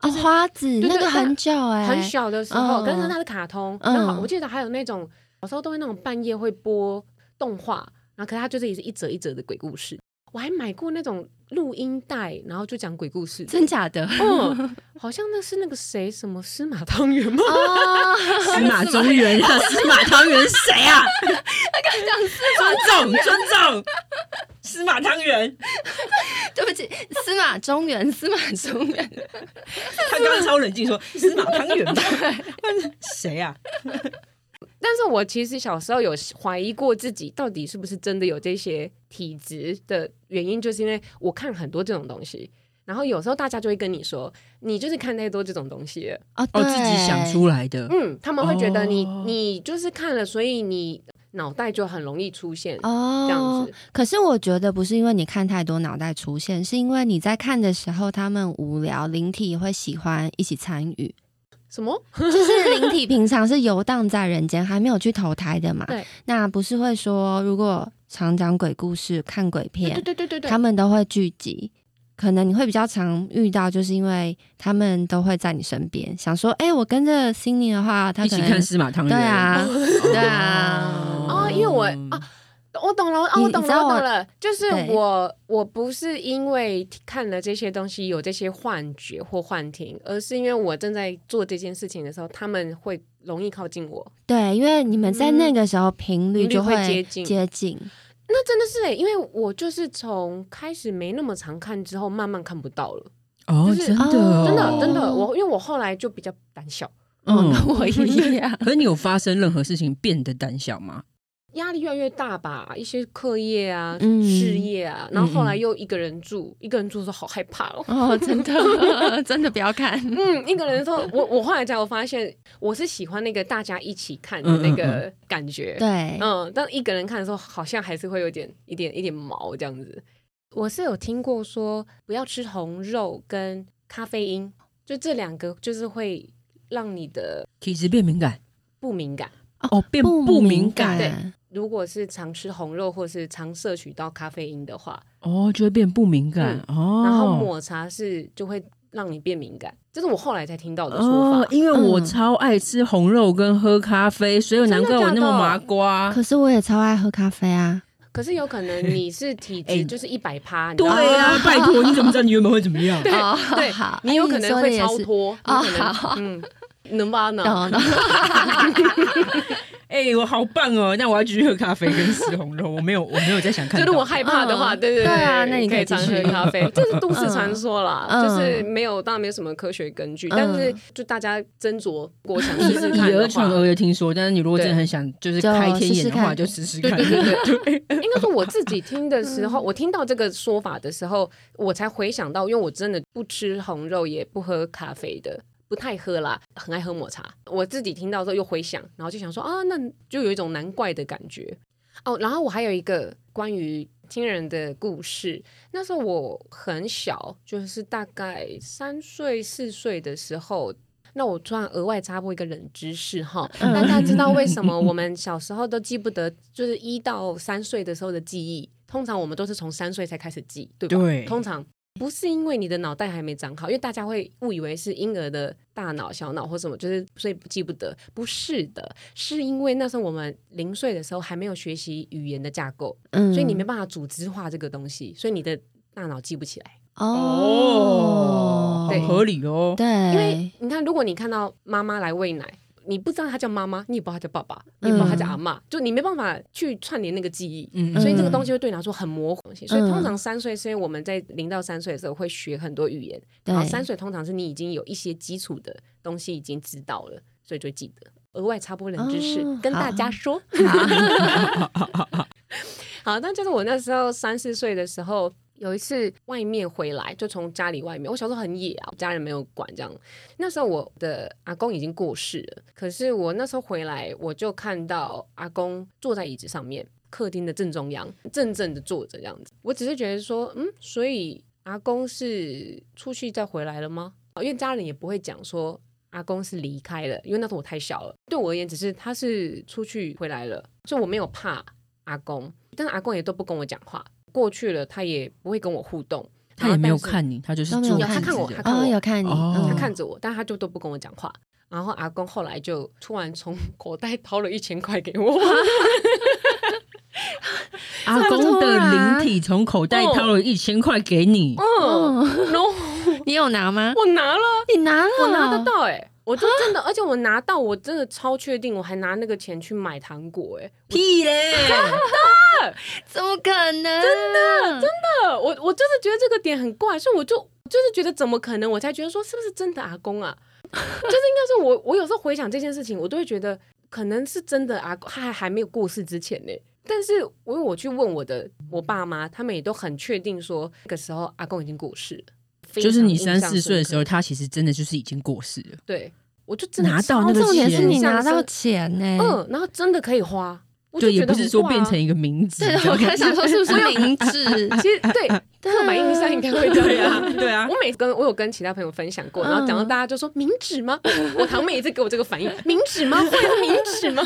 S1: 哦，花子
S3: 对
S1: 那个
S3: 对
S1: 很久哎，
S3: 很小的时候，
S1: 嗯
S3: 但是它是卡通。
S1: 嗯
S3: 然后我记得还有那种小时候都会那种半夜会播动画，然后可是它就是也是一则一则的鬼故事。我还买过那种录音带，然后就讲鬼故事的。
S1: 真假的？
S3: 嗯，好像那是那个谁什么司马汤圆 吗？
S1: 哦，
S2: 司马中原 啊，司马汤圆谁啊？尊重尊重，司马汤圆，
S1: 对不起，司马中原，司马中原，
S2: 他刚刚超冷静说司马汤圆吧，谁啊？
S3: 但是我其实小时候有怀疑过自己到底是不是真的有这些体质的原因，就是因为我看很多这种东西，然后有时候大家就会跟你说，你就是看太多这种东西了，
S1: 哦，
S2: 哦，
S1: 对
S2: 自己想出来的，
S3: 嗯，他们会觉得你、
S2: 哦
S3: 你就是看了，所以你脑袋就很容易出现。
S1: 哦，
S3: 这样子，
S1: 可是我觉得不是因为你看太多脑袋出现，是因为你在看的时候他们无聊，灵体会喜欢一起参与。
S3: 什么？
S1: 就是灵体平常是游荡在人间，还没有去投胎的嘛。
S3: 对，
S1: 那不是会说，如果常讲鬼故事、看鬼
S3: 对对
S1: 片，
S3: 对对对对，
S1: 他们都会聚集。可能你会比较常遇到，就是因为他们都会在你身边，想说，哎、我跟着 c i n d y 的话，他
S2: 一
S1: 可
S2: 起
S1: 能
S2: 看司马汤
S1: 对
S2: 圆，
S1: 啊，对啊，
S3: 哦，因为我啊，我懂了，哦，
S1: 你
S3: 我懂
S1: 你知道
S3: 了，
S1: 我
S3: 我懂了，就是
S1: 对
S3: 我我不是因为看了这些东西有这些幻觉或幻听，而是因为我正在做这件事情的时候，他们会容易靠近我。
S1: 对，因为你们在那个时候频率
S3: 频率
S1: 就
S3: 会接近
S1: 接近，
S3: 那真的是欸，因为我就是从开始没那么常看之后，慢慢看不到了，
S2: 哦，
S3: 就是
S2: 真的哦，
S3: 真的
S1: 哦
S3: 真的，哦我因为我后来就比较胆小，
S1: 嗯，
S2: 嗯。
S1: 跟我一样
S2: 可是你有发生任何事情变得胆小吗？
S3: 压力越来越大吧，一些课业啊、
S1: 嗯
S3: 事业啊，然后后
S2: 嗯
S3: 来
S2: 嗯
S3: 又一个人住，一个人住的时候好害怕哦。
S1: 哦，真的，真的不要 看。
S3: 嗯，一个人说，我我后来才我发现，我是喜欢那个大家一起看
S2: 嗯
S3: 的那个感觉。嗯
S1: 对，
S3: 嗯，但一个人看的时候，好像还是会有点一点一点毛这样子。我是有听过说不要吃红肉跟咖啡因，就这两个就是会让你的
S2: 体质变敏感
S3: 不敏感。
S2: 哦，变不敏
S1: 敏
S2: 感
S3: 对如果是常吃红肉或是常摄取到咖啡因的话，
S2: 哦，就会变不敏感哦。
S3: 嗯然后抹茶是就会让你变敏感，这是我后来才听到的说法。
S2: 哦，因为我
S1: 嗯
S2: 超爱吃红肉跟喝咖啡，所以难怪我那么麻瓜。
S1: 可是我也超爱喝咖啡啊，
S3: 可是有可能你是体
S2: 哎
S3: 质就是一百趴，你知
S2: 对
S3: 道吗
S2: 啊，拜托，你怎么知道你原本会怎么样？
S3: 对
S1: 哦
S3: 对
S1: 好，
S3: 你有可
S1: 哎你说的
S3: 能会
S1: 也
S3: 超
S1: 是
S3: 脱，
S1: 哦
S3: 你可能嗯，能吧呢？
S1: 懂 懂。
S2: 哎、我好棒哦！那我要继续喝咖啡跟吃红肉，我没有，我没有在想看
S3: 就
S2: 到。
S3: 是我害怕的话，
S1: 嗯
S3: 对对
S1: 对啊那你
S3: 你
S1: 可
S3: 可
S1: 以
S3: 常
S1: 继续
S3: 喝咖啡，这是都市传说啦，
S1: 嗯
S3: 就是没有，当然没有什么科学根据，但是
S1: 嗯
S3: 就大家斟酌过想
S2: 以
S3: 试试看
S2: 以
S3: 的
S2: 讹
S3: 话
S2: 传，讹的听说，但是你如果真的
S3: 对
S2: 很想就是
S1: 就
S2: 开天
S1: 试
S2: 眼
S1: 试
S2: 的话，
S1: 看
S2: 就试试
S3: 对
S2: 看。
S3: 对对对， 应该说我自己听的时候，我听到这个说法的时候，我才回想到，因为我真的不吃红肉，也不喝咖啡的。不太喝啦，很爱喝抹茶。我自己听到之后又回想，然后就想说啊，那就有一种难怪的感觉哦。然后我还有一个关于亲人的故事，那时候我很小，就是大概三岁四岁的时候，那我突然额外插播一个冷知识哈，
S1: 嗯
S3: 大家知道为什么我们小时候都记不得，就是一到三岁的时候的记忆，通常我们都是从三岁才开始记，对吧？
S2: 对
S3: 通常不是因为你的脑袋还没长好，因为大家会误以为是婴儿的大脑、小脑或什么，就是所以记不得，不是的，是因为那时候我们零岁的时候还没有学习语言的架构，
S1: 嗯，
S3: 所以你没办法组织化这个东西，所以你的大脑记不起来。
S1: 哦
S2: 哦，，
S3: 对
S2: 好合理哦。
S1: 对，
S3: 因为你看，如果你看到妈妈来喂奶，你不知道她叫妈妈，你也不知道她叫爸爸，你也不知道
S1: 嗯
S3: 她叫阿嬷，就你没办法去串联那个记忆。
S2: 嗯
S3: 所以这个
S1: 嗯
S3: 东西会对你来说很模糊，所以通常三岁，所以我们在零到三岁的时候会学很多语言，然后
S1: 对
S3: 三岁通常是你已经有一些基础的东西已经知道了，所以就会记得。额外插播冷知识、
S1: 哦
S3: 跟
S1: 好
S3: 大家 说，好，那就是我那时候三四岁的时候，有一次外面回来，就从家里外面，我小时候很野啊，家人没有管这样。那时候我的阿公已经过世了，可是我那时候回来，我就看到阿公坐在椅子上面，客厅的正中央，正正的坐着这样子。我只是觉得说，嗯，所以阿公是出去再回来了吗？因为家人也不会讲说。阿公是离开了，因为那时候我太小了。对我而言，只是他是出去回来了，所以我没有怕阿公，但是阿公也都不跟我讲话。过去了，他也不会跟我互动，
S2: 他也没有看你，他就是
S1: 都没
S2: 坐
S1: 有
S2: 直
S1: 看
S3: 我
S2: 的
S3: 他看
S1: 哦，有看你，
S2: 哦
S1: 嗯
S3: 他看着我，但他就都不跟我讲话。然后阿公后来就突然从口袋掏了一千块给我，
S2: 啊阿公的灵体从口袋掏了一千块给你，
S3: 嗯，
S1: 嗯，
S3: 然后
S1: 你有拿吗？
S3: 我拿了，
S1: 你拿了，
S3: 我拿得到哎、我就真的，而且我拿到，我真的超确定，我还拿那个钱去买糖果哎、
S2: 屁嘞！
S1: 怎么可能？真的，真的，
S3: 呃，我我真的觉得这个点很怪，所以我就就是觉得怎么可能，我才觉得说是不是真的阿公啊？ 就是应该是我我有时候回想这件事情，我都会觉得可能是真的阿公，他还还没有过世之前呢、但是我因为我去问我的我爸妈，他们也都很确定说那个时候阿公已经过世了，非
S2: 就是你
S3: 常
S2: 三
S3: 印象
S2: 四岁的时候，
S3: 深
S2: 他其实真的就是已经过世了
S3: 刻，。对我就真的
S2: 拿到
S3: 超
S2: 那个
S1: 重点是你
S3: 钱
S1: 拿到钱呢。
S3: 嗯，然后真的可以花，我就
S2: 对，也
S3: 觉得
S2: 不是说
S3: 很怪啊
S2: 变成一个名字。
S1: 对，
S2: 你知道
S1: 我
S2: 吗
S1: 开始说是不是明智？
S3: 其实 对啊刻板印象应该会这
S2: 对
S3: 样。
S2: 啊，对啊
S3: 我。每次跟我有跟其他朋友分享过，然后讲到大家就说明指吗？ 我堂妹也是给我这个反应，明指 吗？会是明指吗？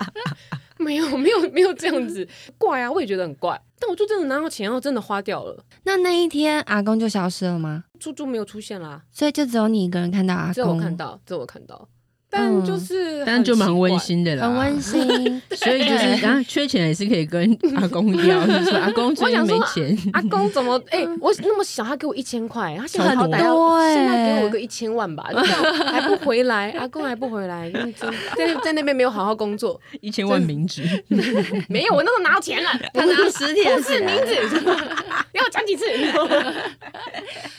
S3: 没有，没有，没有这样子怪啊！我也觉得很怪，但我就真的拿到钱，然后真的花掉了，
S1: 那那一天阿公就消失了吗？
S3: 猪猪没有出现啦，
S1: 所以就只有你一个人看到阿公，
S3: 这我看，到，这我看到，但就是、
S2: 嗯但就蛮温，馨的啦，
S3: 啊
S1: 很温 馨。
S2: 所以就是，然后缺钱也是可以跟阿公要，就 是说阿公最近没
S1: 啊
S2: 钱，
S3: 阿公怎么？ 哎、我那么小，他给我一千块，他现在
S2: 超
S3: 好
S2: 多
S3: 歹要
S1: 欸
S3: 现在给我个一千 万吧，这样还不回来，阿公还不回来，嗯真在在那边没有好好工作，
S2: 一千万民纸，
S3: 没有，我那时候拿到钱了，
S1: 他拿到实体的
S3: 是名
S1: 钱。
S3: 字， 要讲几次？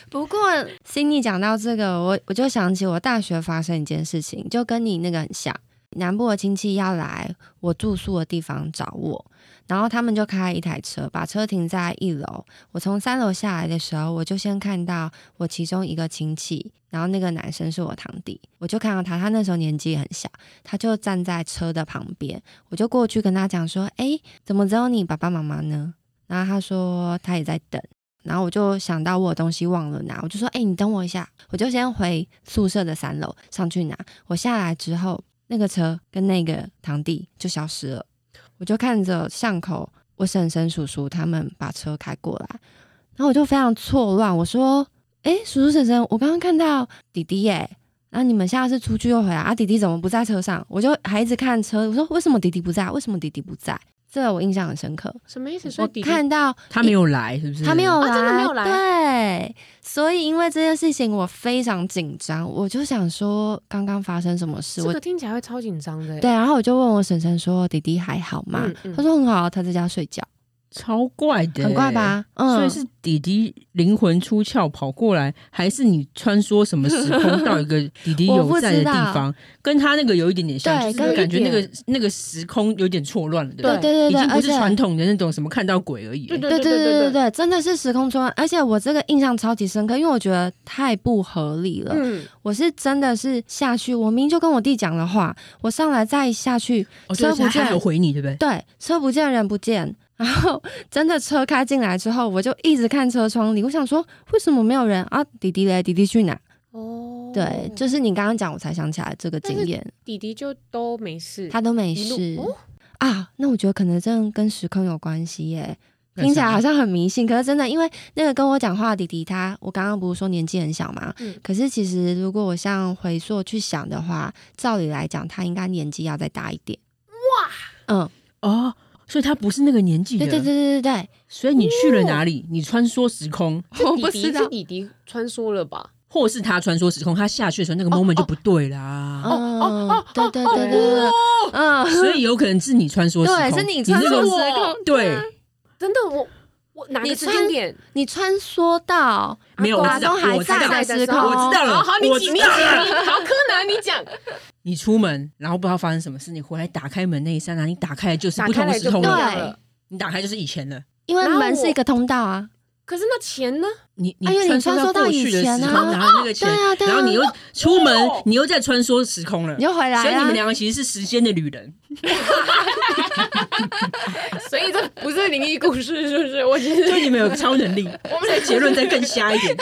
S1: 不过 Cindy 讲到这个，我我就想起我大学发生一件事情，就跟你那个很像。南部的亲戚要来我住宿的地方找我，然后他们就开一台车，把车停在一楼。我从三楼下来的时候，我就先看到我其中一个亲戚，然后那个男生是我堂弟，我就看到他，他那时候年纪很小，他就站在车的旁边，我就过去跟他讲说：“诶，怎么只有你爸爸妈妈呢？”然后他说他也在等，然后我就想到我有东西忘了拿，我就说：“哎、你等我一下。”我就先回宿舍的三楼上去拿。我下来之后，那个车跟那个堂弟就消失了。我就看着巷口我婶婶、叔叔他们把车开过来，然后我就非常错乱，我说：“哎、叔叔婶婶，我刚刚看到弟弟耶、然后你们下次出去又回来啊？弟弟怎么不在车上？我就还一直看车，我说为什么弟弟不在？为什么弟弟不在？这我印象很深刻。
S3: 什么意思？所
S1: 我
S3: 以弟弟
S1: 看到
S2: 他没有来，是不是？
S1: 他没有来，
S3: 啊真的没有来
S1: 对，所以因为这件事情，我非常紧张，我就想说刚刚发生什么事？
S3: 这
S1: 我
S3: 个听起来会超紧张的欸。
S1: 对，然后我就问我婶婶说：“弟弟还好吗？”
S3: 嗯嗯
S1: 他说：“很好，他在家睡觉，
S2: 超怪的，欸
S1: 很怪？吧？”嗯，
S2: 所以是弟弟灵魂出窍跑过来，还是你穿梭什么 时空到一个弟弟
S1: 我不
S2: 有
S1: 知
S2: 在的
S1: 道
S2: 地方，跟他那个有一点点像，
S1: 对
S2: 就是会
S1: 跟
S2: 感觉那个那个时空有点错乱了，对
S1: 对
S2: 吧？
S1: 对对
S2: 已
S1: 对，
S2: 经
S1: 而
S2: 不是
S1: 且
S2: 传统的那种什么看到鬼而已。欸
S3: 对
S1: 对
S3: 对
S1: 对对对
S3: 对，
S1: 对，真的是时空穿越，而且我这个印象超级深刻，因为我觉得太不合理了。
S3: 嗯，
S1: 我是真的是下去，我明明就跟我弟讲了话，我上来再下去，
S2: 哦，
S1: 车
S2: 所以
S1: 不
S2: 他
S1: 见
S2: 还有回你，对不对？
S1: 对，车不见人不见。 然后真的车开进来之后，我就一直看车窗里，我想说为什么没有人啊？弟弟嘞，弟弟去哪？
S3: 哦，嗯
S1: 对，就是你刚刚讲，我才想起来这个经验，
S3: 弟弟就都没事，
S1: 他都没
S3: 一路
S1: 事、
S3: 哦
S1: 啊。那我觉得可能真的跟时空有关系耶。听起来好像很迷信，可是真的，因为那个跟我讲话的弟弟他，我刚刚不是说年纪很小嘛，
S3: 嗯
S1: 可是其实如果我像回溯去想的话，照理来讲，他应该年纪要再大一点。哇，嗯，
S2: 哦，所以他不是那个年纪的。
S1: 对对对对对对，
S2: 所以你去
S1: 哦
S2: 了哪里？你穿梭时空，
S3: 是
S1: 我
S3: 弟
S1: 不
S3: 弟
S1: 知道
S3: 是弟弟穿梭了吧？
S2: 或是他穿梭时空，他下去的时候那个
S1: 哦
S2: moment 就不对啦。
S1: 嗯，
S2: 哦
S1: 对对对对对，嗯，
S2: 所以有可能是你穿梭时空，
S1: 对，是你穿
S2: 那
S1: 梭
S2: 个
S1: 时空，啊
S2: 对，
S3: 真的，我我哪
S1: 你
S3: 个时
S1: 穿
S3: 间点？
S1: 你穿梭到
S2: 没有，我
S1: 打
S2: 知道，
S1: 工还
S2: 我知道，
S1: 在
S3: 在
S1: 时空，
S2: 我知道了，
S3: 好哦好，你
S2: 我
S3: 几
S2: 知
S3: 你
S2: 道了。
S3: 几好，柯南，你讲，
S2: 你出门，然后不知道发生什么事，你回来打开门那一刹那，你打开的就是
S3: 打
S2: 不
S3: 开
S2: 同的
S3: 来
S2: 时
S3: 就不
S2: 空
S3: 一
S1: 对
S2: 了，
S3: 样了。
S2: 你打开就是以前了。
S1: 因为
S3: 然后
S1: 门是
S3: 我
S1: 一个通道
S2: 嗯
S1: 啊，
S3: 可是那钱呢？
S2: 你
S1: 哎呀你
S2: 穿
S1: 穿梭到
S2: 过
S1: 以
S2: 去的时
S1: 前
S2: 空，
S1: 啊
S2: 然后那个钱
S1: 对啊对，啊哦
S2: 然后你又出门，你又在穿梭时空了
S1: 你。就回来啊
S2: 所以你
S1: 啦
S2: 们。两个其实是时间的旅人，
S3: 哎所以这不是灵异故事，是不是？我觉
S2: 就
S3: 得
S2: 你们有超 能力。我们的结论再更瞎一点，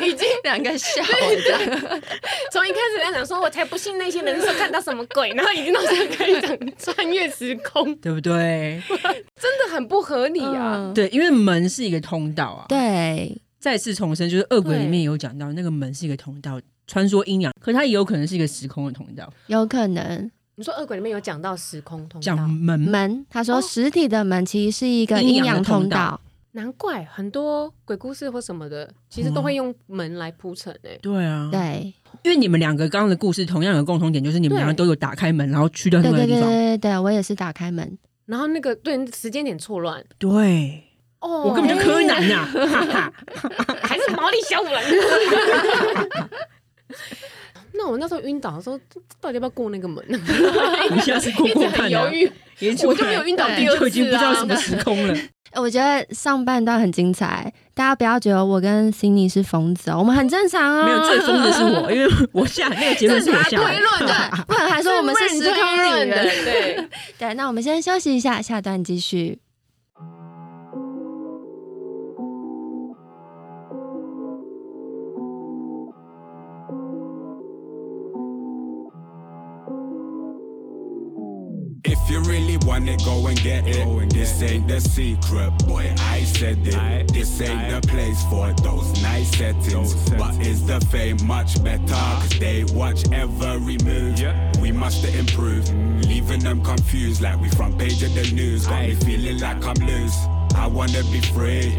S3: 已经
S1: 两个 笑 的，
S3: 从一开始在讲说，我才不信那些人是看到什么鬼，然后已经到现在开始讲穿越时空，
S2: 对不对？
S3: 真的很不合理啊！
S1: 嗯
S2: 对，因为门是一个通道啊。
S1: 对，
S2: 再次重申，就是《恶鬼》里面有讲到，那个门是一个通道，穿梭阴阳，可它也有可能是一个时空的通道。
S1: 有可能
S3: 你说《恶鬼》里面有讲到时空通
S2: 讲
S3: 道，
S2: 门，
S1: 门，他说实体的门其实是一个
S2: 哦阴阳的
S1: 阳
S2: 通道
S1: 道，
S3: 难怪很多鬼故事或什么的，其实都会用门来铺陈欸诶、
S2: 对啊，
S1: 对，
S2: 因为你们两个刚刚的故事同样有共同点，就是你们
S3: 对
S2: 两个都有打开门，然后去到
S1: 对
S2: 另
S1: 对
S2: 外一个
S1: 对
S2: 地方。
S1: 对对，我也是打开门，
S3: 然后那个对时间点错乱
S2: 对，
S3: 哦，
S2: 我根本就柯南呐、哈哈，
S3: 还是毛利小五啊郎。那我那时候晕倒的时候，到底要不要过那个门？
S2: 你下次过
S3: 一直
S2: 过
S3: 很
S2: 看
S3: 犹
S2: 啊，
S3: 豫，
S2: 研究
S3: 我就没有晕倒第二次、啊、
S2: 就已经不知道什么时空了。
S1: 呃我觉得上半段很精彩，大家不要觉得我跟 c i n d y 是疯子哦，我们很正常哦。
S2: 没有最疯的是我，因为我下那个结论是我下
S3: 推
S2: 的。
S3: 论啊
S1: 对，
S3: 的，
S1: 不然还说我们是时空 旅
S3: 的，
S1: 人。
S3: 对。
S1: 对，那我们先休息一下，下段继续。
S4: If you really want it, go and get it. this ain't the secret, boy. I said it. this ain't the place for those nice settings. But is the fame much better? 'Cause they watch every move. We must improve. Leaving them confused like we front page of the news. Got me feeling like I'm loose. I wanna be free.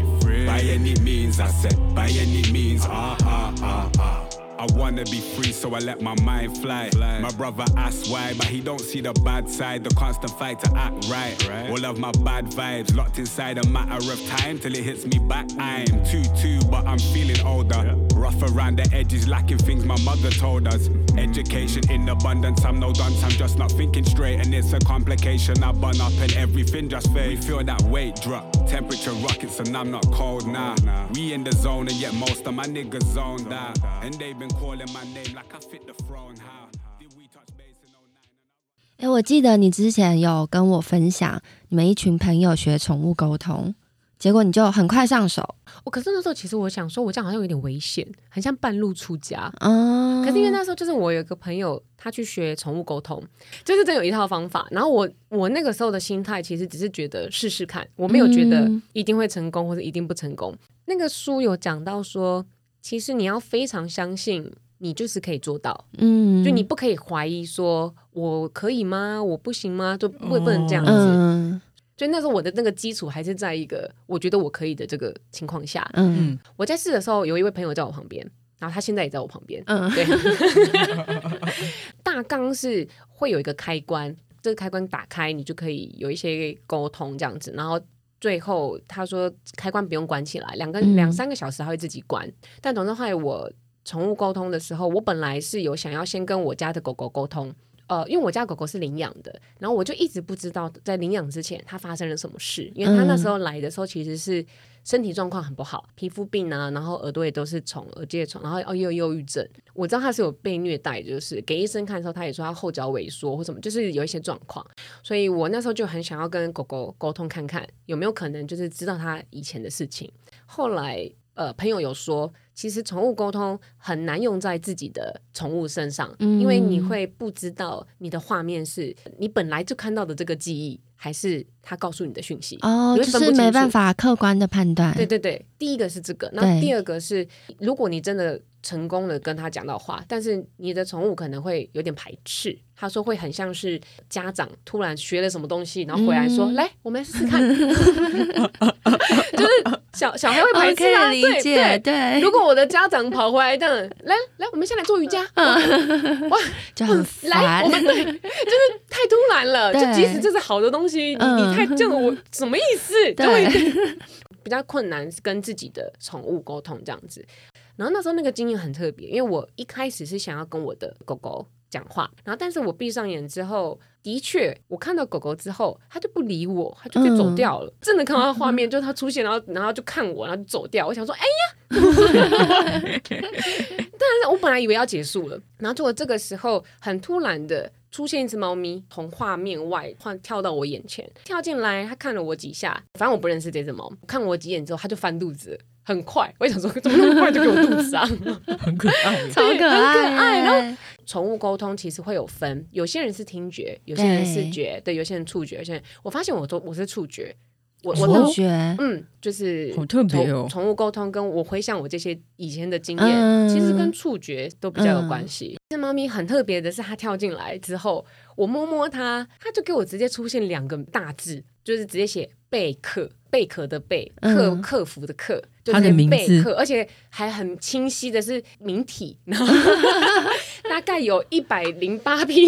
S4: By any means, I said, by any means. Ah, ah, ah, ah. I wanna be free, so I let my mind fly. My brother asks why, but he don't see the bad side, the constant fight to act right. All of my bad vibes locked inside a matter of time till it hits me back. I'm two two, but I'm feeling older. Rough around the edges, lacking things my mother told us. Education in abundance, I'm no dunce, I'm just not thinking straight, and it's a complication. I bun up and everything just fade. We feel that weight drop, temperature rockets, and I'm not cold now. We in the zone, and yet most of my niggas zoned out. oh And they've been calling my name like I fit the throne. How did we touch base in 09?
S1: 哎、我记得你之前有跟我分享，你们一群朋友学宠物沟通，结果你就很快上手，
S3: 我可是那时候其实我想说，我这样好像有点危险，很像半路出家。
S1: 嗯，
S3: 可是因为那时候就是我有一个朋友，他去学宠物沟通，就是真有一套方法。然后我我那个时候的心态其实只是觉得试试看，我没有觉得
S1: 嗯
S3: 一定会成功或者一定不成功。那个书有讲到说，其实你要非常相信你就是可以做到，
S1: 嗯，
S3: 就你不可以怀疑说我可以吗？我不行吗？就不不能这样子。
S1: 嗯
S3: 所以那时候我的那个基础还是在一个我觉得我可以的这个情况下。
S1: 嗯
S2: 嗯，
S3: 我在试的时候，有一位朋友在我旁边，然后他现在也在我旁边。
S1: 嗯
S3: 对， 大纲是会有一个开关，这个开关打开，你就可以有一些沟通这样子，然后。最后他说开关不用关起来，两个
S1: 嗯
S3: 两三个小时他会自己关。但总之后来我宠物沟通的时候，我本来是有想要先跟我家的狗狗沟通，呃，因为我家狗狗是领养的，然后我就一直不知道在领养之前它发生了什么事，因为它那时候来的时候其实是身体状况很不好，皮肤病啊，然后耳朵也都是虫，耳疥虫，然后哦也有忧郁症。我知道他是有被虐待，就是给医生看的时候，他也说他后脚萎缩或什么，就是有一些状况。所以我那时候就很想要跟狗狗沟通看看有没有可能就是知道他以前的事情。后来呃，朋友有说，其实宠物沟通很难用在自己的宠物身上，
S1: 嗯
S3: 因为你会不知道你的画面是你本来就看到的这个记忆，还是他告诉你的讯息。
S1: 哦，就
S3: 你会分不
S1: 是
S3: 清
S1: 没
S3: 楚
S1: 办法客观的判断，
S3: 对对对，第一个是这个，那
S1: 对
S3: 第二个是，如果你真的成功了跟他讲到话，但是你的宠物可能会有点排斥，他说会很像是家长突然学了什么东西，然后回来说，
S1: 嗯
S3: 来，我们来试试看， 就是小小孩会排
S1: 我
S3: 斥
S1: 可
S3: 啊，
S1: 以理解，
S3: 对对。
S1: 对，
S3: 如果我的家长跑回来这样，来来，我们先来做瑜 伽，
S1: 就很
S3: 来，
S1: 烦
S3: 我，们对，就是太突然了。就
S1: 对
S3: 即使这是好的东西，你你
S1: 嗯
S3: 太这样，我什么意 思？就会
S1: 对，
S3: 比较困难是跟自己的宠物沟通这样子。然后那时候那个经验很特别，因为我一开始是想要跟我的狗狗讲话，然后但是我闭上眼之后，的确我看到狗狗之后，它就不理我，它就就走掉了。真的看到它画面，就是它出现，然后然后就看我，然后就走掉。我想说，哎呀，但是我本来以为要结束了，然后结果这个时候很突然的。出现一只猫咪从画面外换跳到我眼前，跳进来，它看了我几下，反正我不认识这只猫，看我几眼之后，它就翻肚子了，很快。我也想说， 怎么那么快就给我肚子啊上？
S2: 很可爱。
S1: 超
S3: 对
S1: 可
S3: 很可爱
S1: 爱耶，
S3: 然 宠物沟通其实会有分，有些人是听觉，有些人视觉，对，有些人触觉，有些人我发现我都我是触觉，我我
S1: 同
S3: 都
S1: 学，
S3: 嗯，就是
S2: 好特别哦
S3: 宠宠物沟通跟我回想我这些以前的经验，
S1: 嗯
S3: 其实跟触觉都比较有关
S2: 嗯
S3: 系。这猫咪很特别的是，它跳进来之后，我摸摸它，它就给我直接出现两个大字，就是直接写贝克。贝壳的贝，
S1: 嗯
S3: 克克服的克，就是
S2: 它的名字
S3: 贝克，而且还很清晰的是名体，然 后大概有一百零八匹，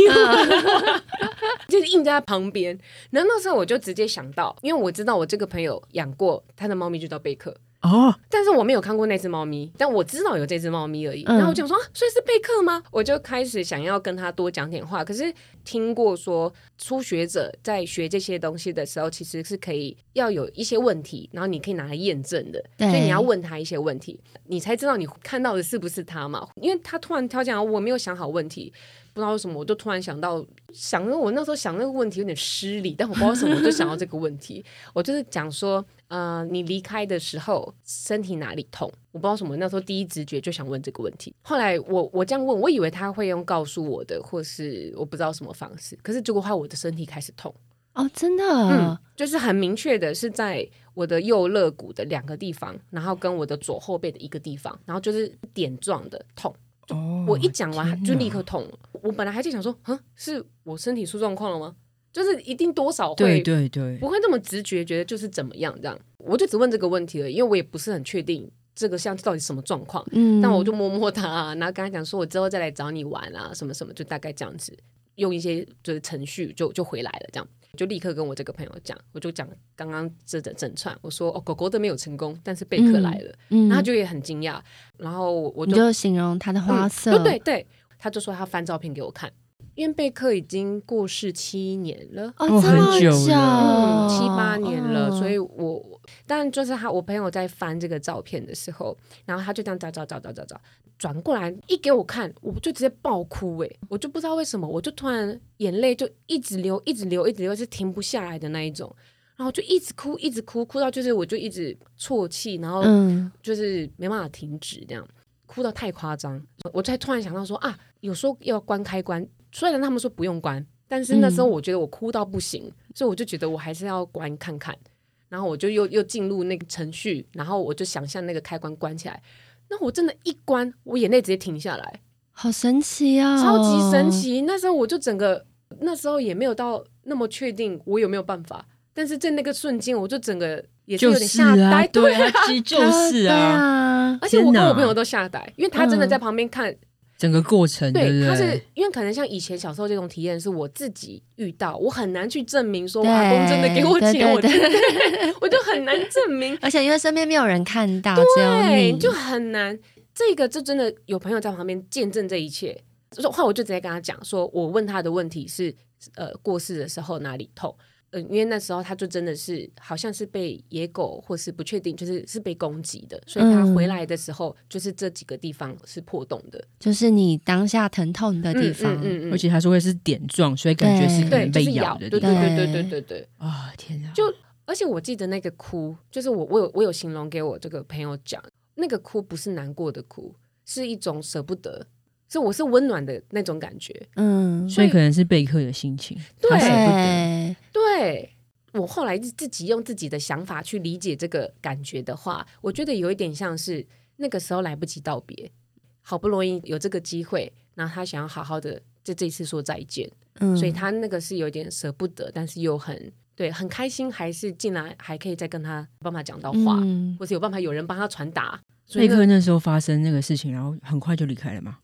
S3: 就是印在它旁边。然后那时候我就直接想到，因为我知道我这个朋友养过他的猫咪就叫贝克，
S2: 哦，
S3: 但是我没有看过那只猫咪，但我知道有这只猫咪而已。
S1: 嗯
S3: 然后我就想说、啊，所以是贝克吗？我就开始想要跟他多讲点话。可是听过说，初学者在学这些东西的时候，其实是可以要有一些问题，然后你可以拿来验证的。
S1: 对
S3: 所以你要问他一些问题，你才知道你看到的是不是他嘛？因为他突然跳进来，我没有想好问题。不知道为什么，我就突然想到，想着我那时候想那个问题有点失礼，但我不知道为什么，我就想到这个问题。 我就是讲说，呃，你离开的时候身体哪里痛？我不知道为什么，那时候第一直觉就想问这个问题。后来我我这样问，我以为他会用告诉我的，或是我不知道什么方式，可是结果后来我的身体开始痛，
S1: 哦，真
S3: 嗯
S1: 的，，
S3: 就是很明确的是在我的右肋骨的两个地方，然后跟我的左后背的一个地方，然后就是点状的痛。我一讲
S2: 哦
S3: 完就立刻痛了。我本来还在想说，哼，是我身体出状况了吗？就是一定多少
S2: 对
S3: 会
S2: 对对，
S3: 不会那么直觉，觉得就是怎么样这样。我就只问这个问题了，因为我也不是很确定这个像到底什么状况。
S1: 嗯，
S3: 但我就摸摸它、啊，然后跟他讲说，我之后再来找你玩啊，什么什么，就大概这样子，用一些就是程序就就回来了，这样就立刻跟我这个朋友讲，我就讲刚刚这整整串，我说哦，狗狗的没有成功，但是贝克来了，
S1: 嗯，
S3: 然后他就也很惊讶，然后我
S1: 你
S3: 就
S1: 就形容它的花
S3: 嗯
S1: 色，
S3: 对对对，他就说他翻照片给我看。因为贝克已经过世七年了。
S2: 哦
S1: 哦，这么
S2: 很久
S3: 嗯，
S2: 了
S3: 七
S1: 哦
S3: 八年了，所
S1: 以
S3: 以我，但就是他，我朋友在翻这个照片的时候，然后他就这样找找找找找找，转过来一给我看，我就直接爆哭诶、我就不知道为什么，我就突然眼泪就一直流，一直流，一直流，是停不下来的那一种，然后就一直哭，一直哭，哭到就是我就一直啜泣，然后
S1: 嗯，
S3: 就是没办法停止这样，哭到太夸张，我才突然想到说啊，有时候要关开关，虽然他们说不用关，但是那时候我觉得我哭到不行，所以我就觉得我还是要关看看，然后我就又又进入那个程序，然后我就想象那个开关关起来，那我真的，一关我眼泪直接停下来，
S1: 好神奇
S2: 嗯
S1: 哦，
S3: 超级神。奇。那时候我就整个，那时候也没有到那么确定我有没有办法，但是在那个瞬间，我就整个也是
S2: 就
S3: 有点
S2: 是
S3: 吓呆，
S2: 啊，对啊，其实就是
S1: 对
S2: 啊，
S1: 啊，
S3: 而且我
S2: 天
S3: 跟
S2: 哪
S3: 我朋友都吓呆，因为他真的在旁边看，
S2: 整个过程对不
S3: 对，他是
S2: 对？
S3: 因为可能像以前小时候这种体验是我自己遇到，我很难去证明说我
S1: 对
S3: 阿公真的给我钱，我
S1: 对对
S3: 就我就很难证明，
S1: 而且因为身边没有人看到，只有
S3: 对，
S1: 你，
S3: 就很难。这个就真的有朋友在旁边见证这一切，就是后来我就直接跟他讲说，我问他的问题是，呃，过世的时候哪里痛？呃，因为那时候他就真的是好像是被野狗或是不确定，就是是被攻击的，所以他
S1: 嗯
S3: 回来的时候就是这几个地方是破洞的。
S1: 就是你当下疼痛的地方。
S3: 嗯
S2: 而且他说会是点状，所以感觉是可
S3: 对，
S2: 能
S3: 就
S2: 被
S3: 是
S2: 咬的
S3: 对
S2: 地
S3: 对
S2: 方。
S3: 对对对对对。
S2: 啊，天啊！
S3: 就而且我记得那个哭，就是我我有我有形容给我这个朋友讲，那个哭不是难过的哭，是一种舍不得，是我是温暖的那种感觉。
S1: 嗯，
S2: 所以可能是贝克的心情，
S3: 对
S2: 他舍不得。
S1: 对，
S3: 嗯对我后来自己用自己的想法去理解这个感觉的话，我觉得有一点像是那个时候来不及道别，好不容易有这个机会，然后他想要好好的在这一次说再见。
S1: 嗯，
S3: 所以他那个是有点舍不得，但是又很对，很开心，还是进来还可以再跟他有办法讲到话，
S1: 嗯
S3: 或是有办法有人帮他传达，所以
S2: 贝
S3: 呢
S2: 克那时候发生那个事情，然后很快就离开了嘛，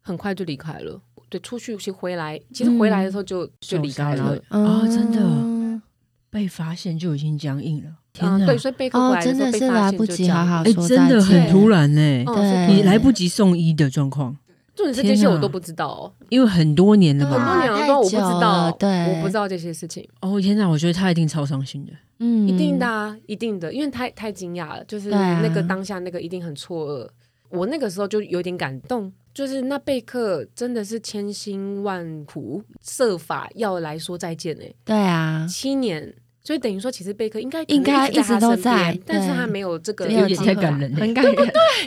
S3: 很快就离开了。对，出去是回来，其实回来的时候就、就离开
S2: 受伤
S3: 了。
S1: 哦
S2: 然后啊，真的
S1: 嗯
S2: 被发现就已经僵硬了。天
S3: 嗯，
S2: 哪！
S3: 对，所以贝克回
S1: 哦，
S3: 来
S1: 真
S3: 时候
S1: 的
S3: 被
S1: 是
S3: 发
S1: 来
S3: 现
S1: 不
S3: 就
S1: 及
S3: 这样
S1: 好好
S2: 哎，
S1: 说
S2: 真的很突
S1: 然，
S2: 然呢，
S3: 哦
S1: 对，
S2: 你来不及送医的状况，
S3: 重点是
S2: 天
S3: 这些我
S2: 哪
S3: 都不知道、哦，
S2: 因为很多年了
S3: 嗯很
S2: 嘛。
S3: 多年
S1: 啊
S3: 了，都我不
S1: 太
S3: 知
S1: 久
S3: 道
S1: 了，对
S3: 我不知道这些事情，
S2: 哦天哪！我觉得他一定超伤心的。
S1: 嗯
S3: 一定的、啊，一定的，因为太太惊讶了，就是
S1: 对啊
S3: 那个当下那个一定很错愕。我那个时候就有点感动，就是那贝克真的是千辛万苦设法要来说再见诶、欸
S1: 对啊，
S3: 七年，所以等于说其实贝克应该
S1: 应该
S3: 可能一
S1: 一直都
S3: 在他身边
S1: 在，
S3: 但是
S1: 对啊
S3: 他没有这个
S1: 没有
S2: 有点
S1: 机
S2: 太
S1: 会
S2: 感人了
S1: 很感人。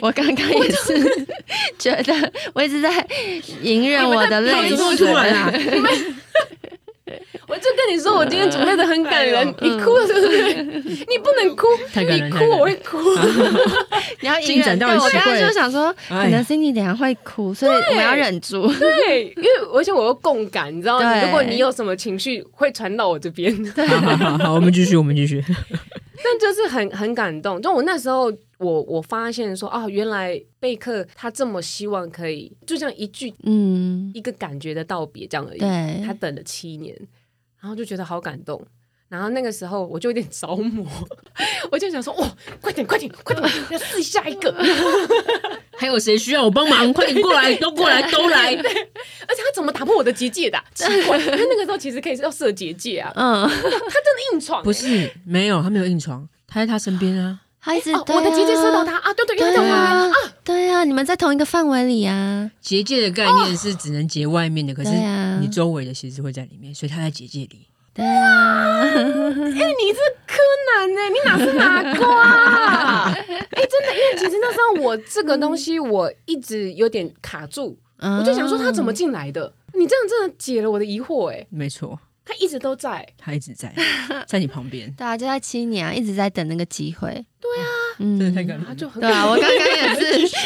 S1: 我刚刚也是觉得，我一直在隐忍我的泪
S2: 你们在
S1: 水。
S2: 哭出来啊
S3: 我就跟你说，我今天准备的很感人，
S1: 哎
S3: 你哭了是不是？你不能哭，
S2: 太感人
S3: 你
S2: 太
S3: 哭
S2: 感人
S3: 我会哭。
S1: 你要隐
S2: 进展
S1: 忍，
S2: 到
S1: 对我
S2: 奇
S1: 刚
S2: 怪
S1: 刚就想说，
S2: 哎
S1: 可能 Cindy 等一下会哭，所以我要忍住。
S3: 对，因为而且我有共感，你知道，
S1: 对
S3: 如果你有什么情绪会传到我这边。
S2: 好好好好，我们继续，我们继续。
S3: 但就是很很感动。就我那时候，我我发现说啊，原来贝克他这么希望可以，就这样一句
S1: 嗯，
S3: 一个感觉的道别这样而已。
S1: 对
S3: 他等了七年，然后就觉得好感动。然后那个时候我就有点着魔， 我就想说，哇、快点，快点，快点，要试下一个。
S2: 还有谁需要我帮忙？快点过来，都过来，都来！
S3: 而且他怎么打破我的结界的啊、奇怪，因为那个时候其实可以是要设结界啊，
S1: 嗯，
S3: 硬闯欸、
S2: 不是，没有，他没有硬床，他在他身边啊。
S1: 孩子，
S3: 哦，
S1: 对
S3: 我的结界射到他
S1: 啊，
S3: 啊，对对，因为
S1: 对
S3: 他在旁边
S1: 啊，对啊，你们在同一个范围里啊，
S2: 结界的概念是只能结外面的，可是
S1: 对啊
S2: 你周围的其实会在里面，所以他在结界里。
S1: 对啊，
S3: 哎你是柯南欸呢、你哪是哪瓜、啊？哎、真的，因为其实那时候我这个东西我一直有点卡住，我
S1: 我
S3: 就想说他怎么进来的？你这样真的解了我的疑惑、哎，
S2: 没错，
S3: 他一直都在，
S2: 他一 直在，在你旁边。
S1: 对啊，就在七年啊，一直在等那个机会。对啊，嗯
S2: 真的太感人
S3: 他
S2: 了。
S3: 就很
S1: 对啊，我刚刚也是，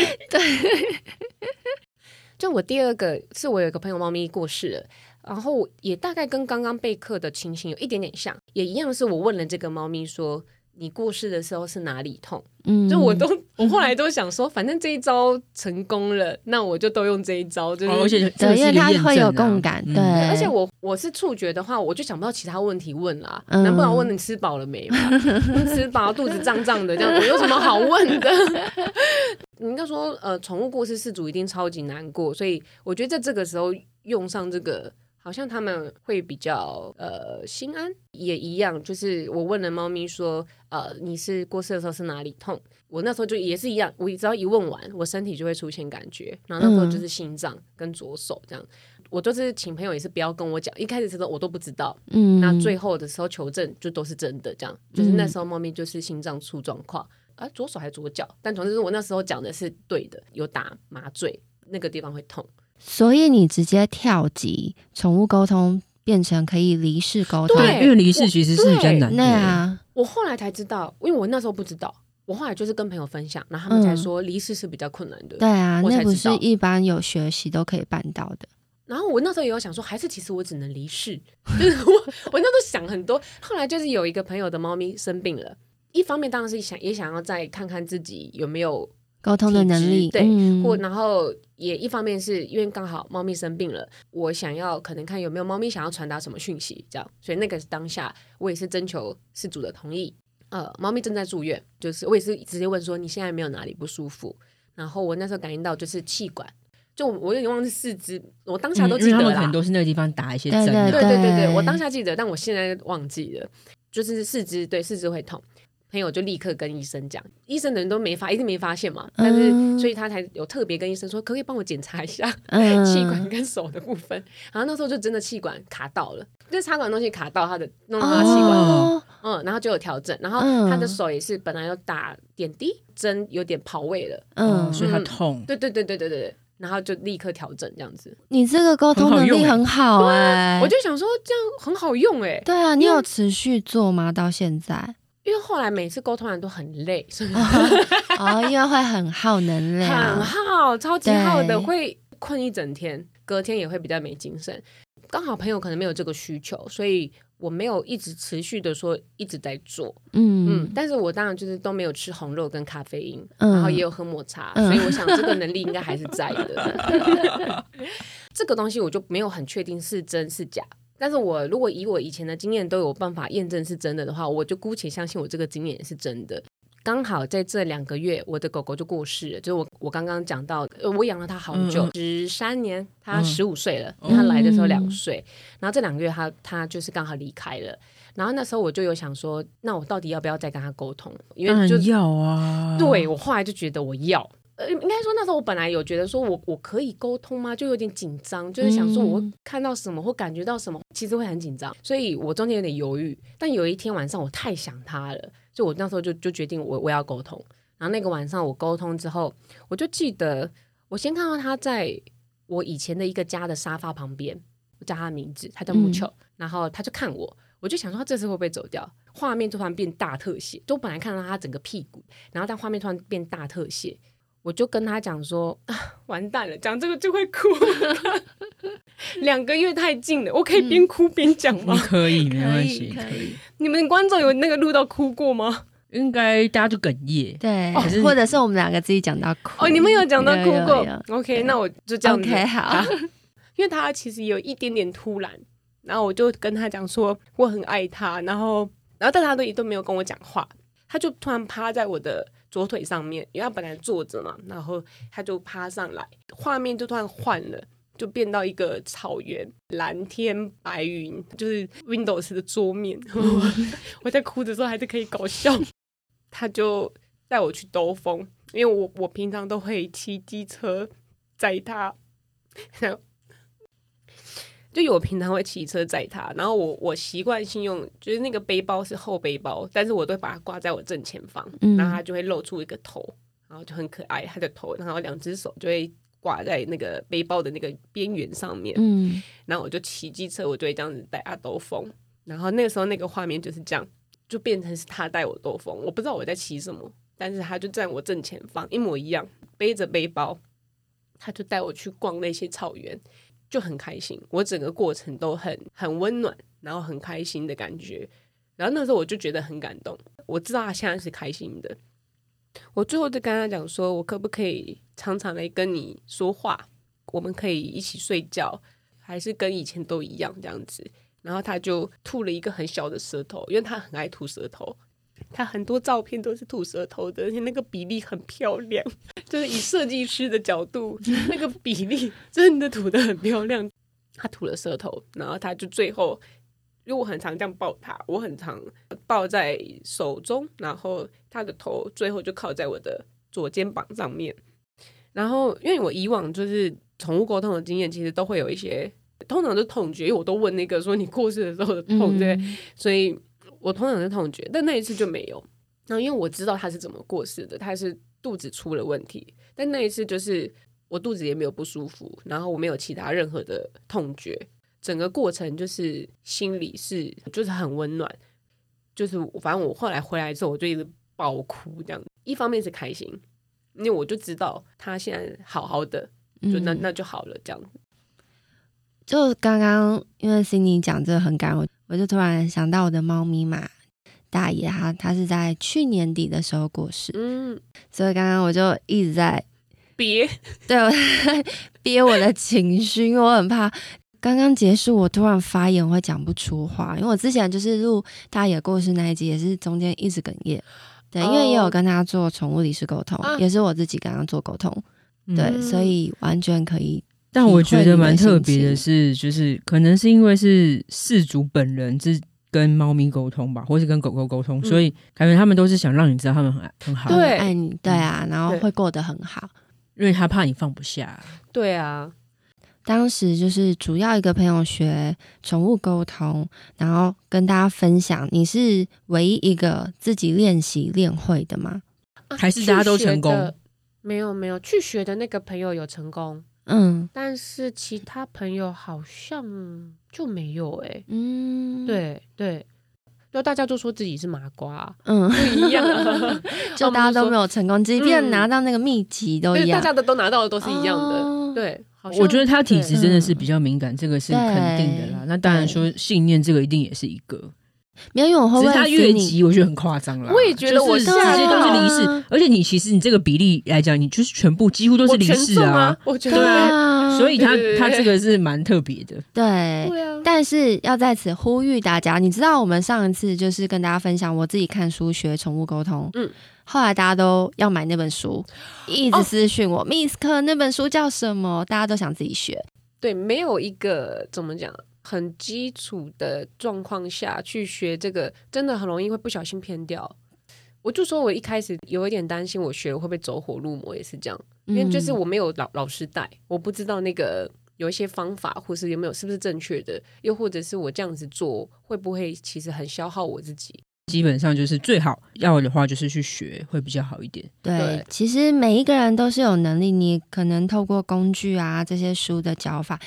S3: 就我第二个是我有一个朋友猫咪过世了，然后也大概跟刚刚备课的情形有一点点像，也一样是我问了这个猫咪说。你过世的时候是哪里痛？
S1: 嗯，
S3: 就我都， 我后来都想说，反正这一招成功了，那我就都用这一招，就是、
S2: 哦而且这个
S1: 对，
S2: 是
S1: 因
S2: 一个
S1: 为他
S2: 验
S1: 会有
S2: 证啊
S1: 共感，
S2: 嗯
S1: 对，
S3: 而且我我是触觉的话，我就想不到其他问题问啦、
S1: 嗯
S3: 难不然问你吃饱了没嘛？你吃饱，肚子胀胀的，这样我有什么好问的？ 你应该说，呃，宠物过世事主一定超级难过，所以我觉得在这个时候用上这个好像他们会比较呃心安，也一样。就是我问了猫咪说，呃，你是过世的时候是哪里痛？我那时候就也是一样，我只要一问完，我身体就会出现感觉。然后那时候就是心脏跟左手这样。我就是请朋友也是不要跟我讲，一开始的时候我都不知道，
S1: 嗯，
S3: 那最后的时候求证就都是真的，这样就是那时候猫咪就是心脏出状况，啊，左手还是左脚，但总之我那时候讲的是对的，有打麻醉，那个地方会痛。
S1: 所以你直接跳级宠物沟通，变成可以离世沟通，
S3: 对
S2: 因为离世其实是比较难
S1: 那
S2: 的。
S1: 啊，
S3: 我后来才知道，因为我那时候不知道，我后来就是跟朋友分享，然后他们才说离世是比较困难的。
S1: 对啊，
S3: 我
S1: 那
S3: 才
S1: 不
S3: 知
S1: 是
S3: 道
S1: 一般有学习都可以办到的。
S3: 然后我那时候也有想说，还是其实我只能离世， 就是我我那时候想很多。后来就是有一个朋友的猫咪生病了，一方面当然是想也想要再看看自己有没有
S1: 沟通的
S3: 体
S1: 能
S3: 质
S1: 力，
S3: 对
S1: 嗯
S3: 或然后也一方面是因为刚好猫咪生病了，我想要可能看有没有猫咪想要传达什么讯息，这样，所以那个当下我也是征求事主的同意。呃，猫咪正在住院，就是我也是直接问说你现在有没有哪里不舒服，然后我那时候感应到就是气管，就我有点忘记四肢，我当下
S2: 嗯
S3: 都
S2: 因为
S3: 记得
S2: 他们
S3: 啦
S2: 可，能都是那个地方打一些
S1: 对
S2: 针啊，
S1: 对
S3: 对对对对，
S1: 对
S3: 我当下记得，但我现在忘记了，就是四肢对四肢会痛。朋友就立刻跟医生讲，医生人都没发，一定没发现嘛，但是、
S1: 嗯
S3: 所以他才有特别跟医生说，可不可以帮我检查一下
S1: 嗯
S3: 气管跟手的部分？然后那时候就真的气管卡到了，就是插管的东西卡到他的，弄到他气管，
S1: 哦，
S3: 嗯，然后就有调整，然后
S1: 嗯
S3: 他的手也是本来要打点滴，针有点跑位了，
S2: 哦
S1: 嗯，
S2: 所以它痛。
S3: 对对对对对对对，然后就立刻调整这样子，
S1: 你这个沟通能
S2: 欸
S1: 力很好哎、
S3: 啊我就想说这样很好用哎、
S1: 对啊，你有持续做吗？到现在？
S3: 因为后来每次沟通完都很累，所以
S1: 哦，因为会很耗能
S3: 很
S1: 量，
S3: 耗，超级耗
S1: 啊对
S3: 的，会困一整天，隔天也会比较没精神。刚好朋友可能没有这个需求，所以我没有一直持续的说一直在做，嗯
S1: 嗯，
S3: 但是我当然就是都没有吃红肉跟咖啡因，
S1: 嗯
S3: 然后也有喝抹茶，
S1: 嗯
S3: 所以我想这个能力应该还是在 的。这个东西我就没有很确定是真是假。但是我如果以我以前的经验都有办法验证是真的的话，我就姑且相信我这个经验也是真的。刚好在这两个月，我的狗狗就过世了，就是我我刚刚讲到，呃我养了它好久
S2: 嗯，
S3: 十三、年，它
S2: 嗯
S3: 十五岁了，
S2: 哦
S3: 它来的时候两
S1: 嗯
S3: 岁，然后这两个月它它就是刚好离开了，然后那时候我就有想说，那我到底要不要再跟他沟通？因
S2: 当
S3: 为就
S2: 然要啊，
S3: 对我后来就觉得我要。呃，应该说那时候我本来有觉得说我我可以沟通吗？就有点紧张，就是想说我会看到什么或感觉到什么，其实会很紧张，所以我中间有点犹豫。但有一天晚上我太想他了，就我那时候就就决定我我要沟通。然后那个晚上我沟通之后，我就记得我先看到他在我以前的一个家的沙发旁边，我叫他的名字，他叫木
S1: 嗯
S3: 球，然后他就看我，我就想说他这次会不会走掉？画面突然变大特写，就我本来看到他整个屁股，然后但画面突然变大特写，我就跟他讲说啊，完蛋了，讲这个就会哭， 两个月太近了，我
S1: 嗯
S3: 可以边哭边讲吗
S2: 你？可以没关系，
S1: 可以
S2: 可以，
S3: 你们观众有那个录到哭过吗？
S2: 应该大家就哽咽。
S1: 对，
S2: 可是
S1: 或者是我们两个自己讲到哭
S3: 哦，你们有讲到哭
S1: 有有
S3: 过？OK，那我就这样子。啊
S1: OK 好，
S3: 因为他其实有一点点突然，然后我就跟他讲说我很爱他，然后然后但他都也都没有跟我讲话，他就突然趴在我的左腿上面，因为他本来坐着嘛，然后他就趴上来，画面就突然换了。就变到一个草原，蓝天白云，就是 Windows 的桌面。 我在哭的时候还是可以搞笑。他就带我去兜风，因为我我平常都会骑机车载他，然后就有平常会骑车载他，然后我我习惯性用就是那个背包是后背包，但是我都会把它挂在我正前方，
S1: 嗯
S3: 然后它就会露出一个头，然后就很可爱，它的头，然后两只手就会挂在那个背包的那个边缘上面，
S1: 嗯，
S3: 然后我就骑机车，我就会这样子带他兜风。然后那个时候那个画面就是这样，就变成是他带我兜风，我不知道我在骑什么，但是他就在我正前方一模一样，背着背包，他就带我去逛那些草原，就很开心。我整个过程都很很温暖，然后很开心的感觉。然后那时候我就觉得很感动，我知道他现在是开心的。我最后就跟他讲说，我可不可以常常来跟你说话？我们可以一起睡觉，还是跟以前都一样这样子。然后他就吐了一个很小的舌头，因为他很爱吐舌头，他很多照片都是吐舌头的，而且那个比例很漂亮， 就是以设计师的角度，那个比例真的吐的很漂亮。他吐了舌头，然后他就最后，因为我很常这样抱他，我很常抱在手中，然后他的头最后就靠在我的左肩膀上面。然后因为我以往就是宠物沟通的经验，其实都会有一些，通常是痛觉，因为我都问那个说你过世的时候的痛觉，所以我通常是痛觉，但那一次就没有。然后因为我知道他是怎么过世的，他是肚子出了问题，但那一次就是我肚子也没有不舒服，然后我没有其他任何的痛觉，整个过程就是心里是就是很温暖，就是我反正我后来回来之后我就一直爆哭这样，一方面是开心，因为我就知道他现在好好的，就那
S1: 嗯
S3: 那就好了这样子。
S1: 就刚刚因为 Cindy 讲这个很感，我我就突然想到我的猫咪嘛，大爷他他是在去年底的时候过世，
S3: 嗯，
S1: 所以刚刚我就一直在
S3: 别
S1: 对我在憋我的情绪，因为我很怕刚刚结束，我突然发言会讲不出话，因为我之前就是录大野过世那一集，也是中间一直哽咽。对，因为也有
S3: 哦
S1: 跟他做宠物理事沟通，
S3: 啊
S1: 也是我自己跟他做沟通，
S2: 嗯
S1: 对，所以完全可以。
S2: 但我觉得蛮
S1: 体
S2: 特
S1: 会
S2: 别
S1: 你的
S2: 的是，就是可能是因为是事主本人是跟猫咪沟通吧，或是跟狗狗沟通，所以感觉他们都是想让你知道他们很爱很好，
S3: 嗯对
S1: 爱你，对啊，然后
S3: 对
S1: 会过得很好。
S2: 因为他怕你放不下。
S3: 对啊，
S1: 当时就是主要一个朋友学宠物沟通，然后跟大家分享，你是唯一一个自己练习练会的吗？
S3: 啊
S2: 还是大家都成功
S3: 去学的没有没有，去学的那个朋友有成功，
S1: 嗯
S3: 但是其他朋友好像就没有哎、
S1: 嗯，，
S3: 对对，就大家都说自己是麻 瓜，
S1: 嗯，
S3: 不一样、 啊，
S1: 就大家都没
S3: 有，
S1: 有成功，即便
S3: 嗯
S1: 拿到那个秘籍都一
S3: 对，大
S1: 样，
S3: 家的都拿到的都是一样的，
S1: 哦
S3: 对，好像
S2: 我觉得他体质真的是
S1: 嗯
S2: 比较敏感，这个是肯定的啦。那当然说信念这个一定也是一个，
S1: 没有，因为我会
S2: 只
S1: 问
S2: 是他
S1: Cindy，
S2: 越级我觉得很夸张啦。
S3: 我也觉得我
S2: 就是
S3: 吓
S2: 这些
S3: 到啊
S2: 都是离世，而且你其实你这个比例来讲，你就是全部几乎都
S3: 我
S2: 是离
S3: 全
S2: 世
S3: 中
S2: 啊
S3: 啊，，我觉得
S1: 对啊，
S2: 所以他
S3: 对对对
S2: 他这个是蛮特别的。
S1: 对。
S3: 对啊，
S1: 但是要在此呼吁大家，你知道我们上一次就是跟大家分享我自己看书学宠物沟通，嗯
S3: 嗯，
S1: 后来大家都要买那本书，一直
S3: 哦
S1: 私讯我、m i s s 克那本书叫什么？大家都想自己学，
S3: 对，没有一个怎么讲。很基础的状况下去学这个，真的很容易会不小心偏掉。我就说我一开始有一点担心，我学了会不会走火入魔，也是这样。因为就是
S1: 嗯
S3: 我没有老老师带，我不知道那个有一些方法，或是有没有是不是正确的，又或者是我这样子做会不会其实很消耗我自己？
S2: 基本上就是最好要的话，就是去学会比较好一 点。
S1: 对
S3: 对，
S1: 其实每一个人都是有能力，你可能透过工具啊这些书的教法，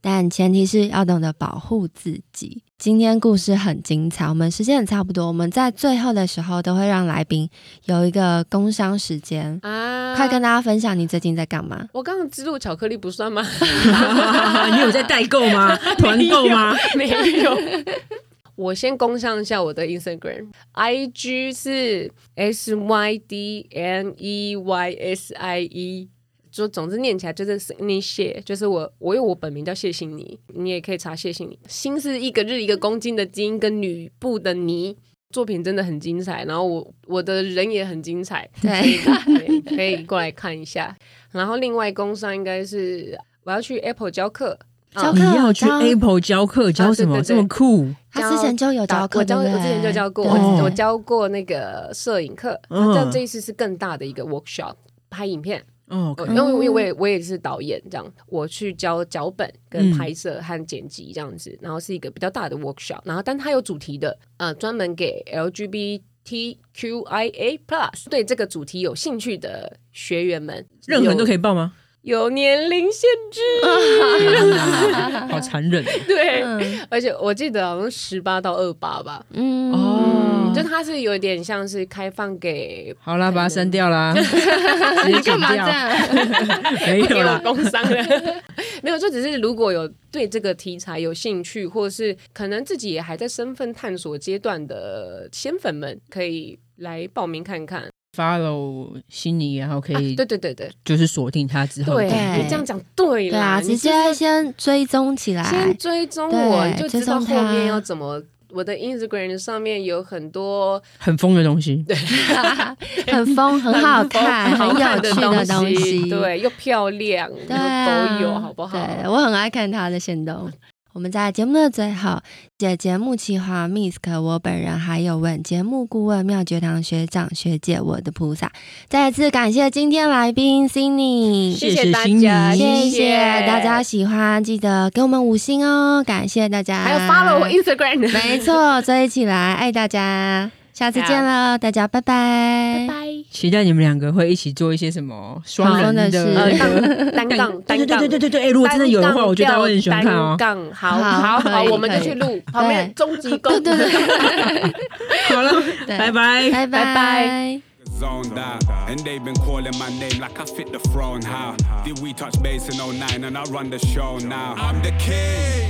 S1: 但前提是要懂得保护自己。今天故事很精彩，我们时间也差不多，我们在最后的时候都会让来宾有一个工商时间，
S3: 啊
S1: 快跟大家分享你最近在干嘛。
S3: 我刚刚植入巧克力不 算吗？
S2: 你有在代购 吗？团购吗？
S3: 没有。 我先公上一下我的 Instagram，IG 是 S Y D N E Y S I E，就总之念起来就是 Sydney 谢，就是我，我有我本名叫谢欣妮，你也可以查谢欣妮。欣是一个日一个公斤的斤跟女布的泥，作品真的很精彩，然后我我的人也很精彩，
S1: 对，
S3: 对，可以过来看一下。然后另外工商应该是我要去 Apple 教课，
S1: 教
S2: 你
S1: 课
S2: 要去
S1: 教
S2: Apple 教课，教什么
S3: 啊对对
S2: 这
S3: 对
S2: 么酷？
S1: 他之前就有教课，
S3: 我教
S1: 对不
S3: 我
S1: 对
S3: 之前就教过，
S1: 对
S3: 我我教过那个摄影课，
S2: 嗯
S3: 那这样这一次是更大的一个 workshop。拍影片，
S1: 嗯
S2: 哦，
S3: 呃
S2: OK
S3: 因为我也我也我也是导演，这样我去教脚本、跟
S2: 嗯
S3: 拍摄和剪辑这样子，然后是一个比较大的 workshop，然后但它有主题的，呃，专门给 LGBTQIA plus 对这个主题有兴趣的学员们，
S2: 任何人都可
S3: 以
S2: 以报吗？
S3: 有年龄限制，
S2: 好残忍
S3: 对，
S1: 嗯
S3: 而且我记得好像十八到二八吧，
S1: 嗯
S2: 哦！
S3: 就它是有点像是开放给
S2: 好啦，把它删掉 啦，直接剪掉，
S1: 样？
S2: 没有
S3: 给我
S2: 啦。
S3: 工伤了， 没有，就只是如果有对这个题材有兴趣，或是可能自己也还在身份探索阶段的仙粉们，可以来报名看看。
S2: Follow 悉尼，然后可
S3: 啊
S2: 以
S3: 对对对对
S2: 就是锁定他之后的
S3: 对，
S2: 地方，
S3: 你这样讲对
S1: 对
S3: 啦，
S1: 啊，直
S3: 你就是
S1: 接先追踪起来，
S3: 先追踪我，
S1: 对
S3: 你就知
S1: 追踪
S3: 道后
S1: 他
S3: 面要怎么我的 Instagram 上面有很多
S2: 很疯的东西，
S1: 很疯，很好看，很
S3: 好看
S1: 哎有
S3: 的
S1: 趣的东西，
S3: 对，又漂亮，
S1: 对啊
S3: 都有，好不好？
S1: 对我很爱看他的行动。 我们在节目的最后，姐节目企划 Misk，我本人还有问节目顾问妙觉堂学长学姐，我的菩萨，再次感谢今天来宾 Cindy，
S3: 谢
S2: 谢
S3: 大
S2: 心
S3: 家，
S2: 仪
S1: 谢
S3: 谢
S1: 谢大家，喜欢，记得给我们五星哦，感谢大家，
S3: 还有 follow 我 Instagram，
S1: 没错，追起来，爱大 家，下次见了，大家拜
S3: 拜
S1: 拜，
S3: 拜。
S2: 期待你们两个会一起做一些什么双人
S1: 好 真
S2: 的
S1: 的
S3: 呃
S1: 是
S2: 那个。
S3: 单单杠，
S2: 对
S3: 单
S2: 对
S3: 杠，
S2: 对对对对，哎，如果真的有的话，我觉得我会很喜欢看哦
S3: 单。杠，好
S1: 好
S3: 好好，
S1: 可以
S3: 我们就
S1: 可以
S3: 去录旁边终极
S1: 对
S3: 攻，
S1: 对对，
S2: 好了，
S1: 对
S2: 拜拜。
S1: 拜拜
S3: 拜。
S4: Zoned out, and they've been calling my name like I fit the throne. How did we touch base in 09 and I run the show now? I'm the king.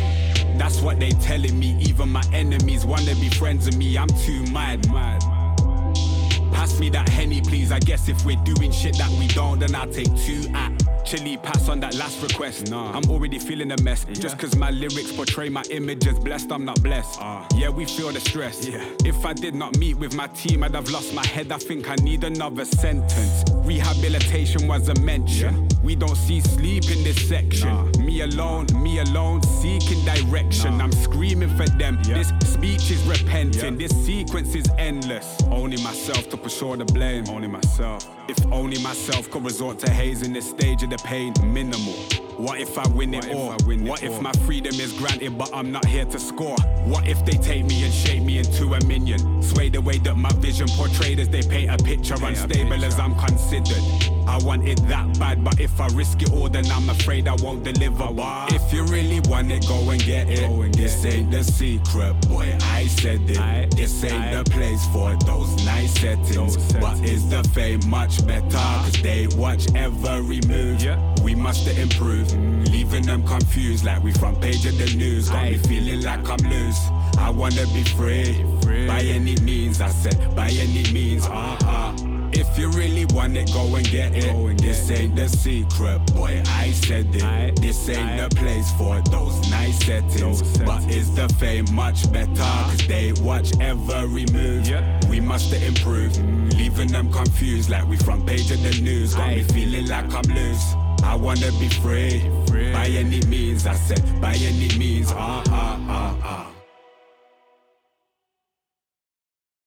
S4: That's what they telling me. Even my enemies wanna be friends with me. I'm too mad. mad. Pass me that henny, please. I guess if we're doing shit that we don't, then I'll take two at. Chili, pass on that last request. Nah. I'm already feeling a mess. Just cause my lyrics portray my image as blessed, I'm not blessed. Yeah, we feel the stress. Ah. Yeah. If I did not meet with my team, I'd have lost my head. I think I need another sentence. Rehabilitation was a mention. We don't see sleep in this section. Me alone, me alone, seeking direction. I'm screaming for them. This speech is repenting. This sequence is endless. Only myself to push all the blame. Only myself. If only myself could resort to hazing this stage of the pain, minimal. What if I win it all? what if my freedom is granted, but I'm not here to score? What if they take me and shape me into a minion? Sway the way that my vision portrayed as they paint a picture unstable as I'm considered. I want it that bad, but if I risk it all, then I'm afraid I won't deliver. But if you really want it, go and get it. this ain't the secret, boy. I said it. this ain't the place for those nice settings. Uh-huh. But is the fame much better? Cause they watch every move. We must improve. Leaving them confused like we front page of the news. Got me feeling like I'm loose. I wanna be free. By any means, I said, by any means, uh-uh. If you really want it, go and get it. this ain't the secret, boy. I said it. this ain't the place for those nice settings. Uh-huh. But is the fame much better? Cause they watch every move. We must improve. Leaving them confused like we front page of the news. Got me feeling like I'm loose. I wanna be free. By any means, I said, by any means. Uh, uh, uh, uh.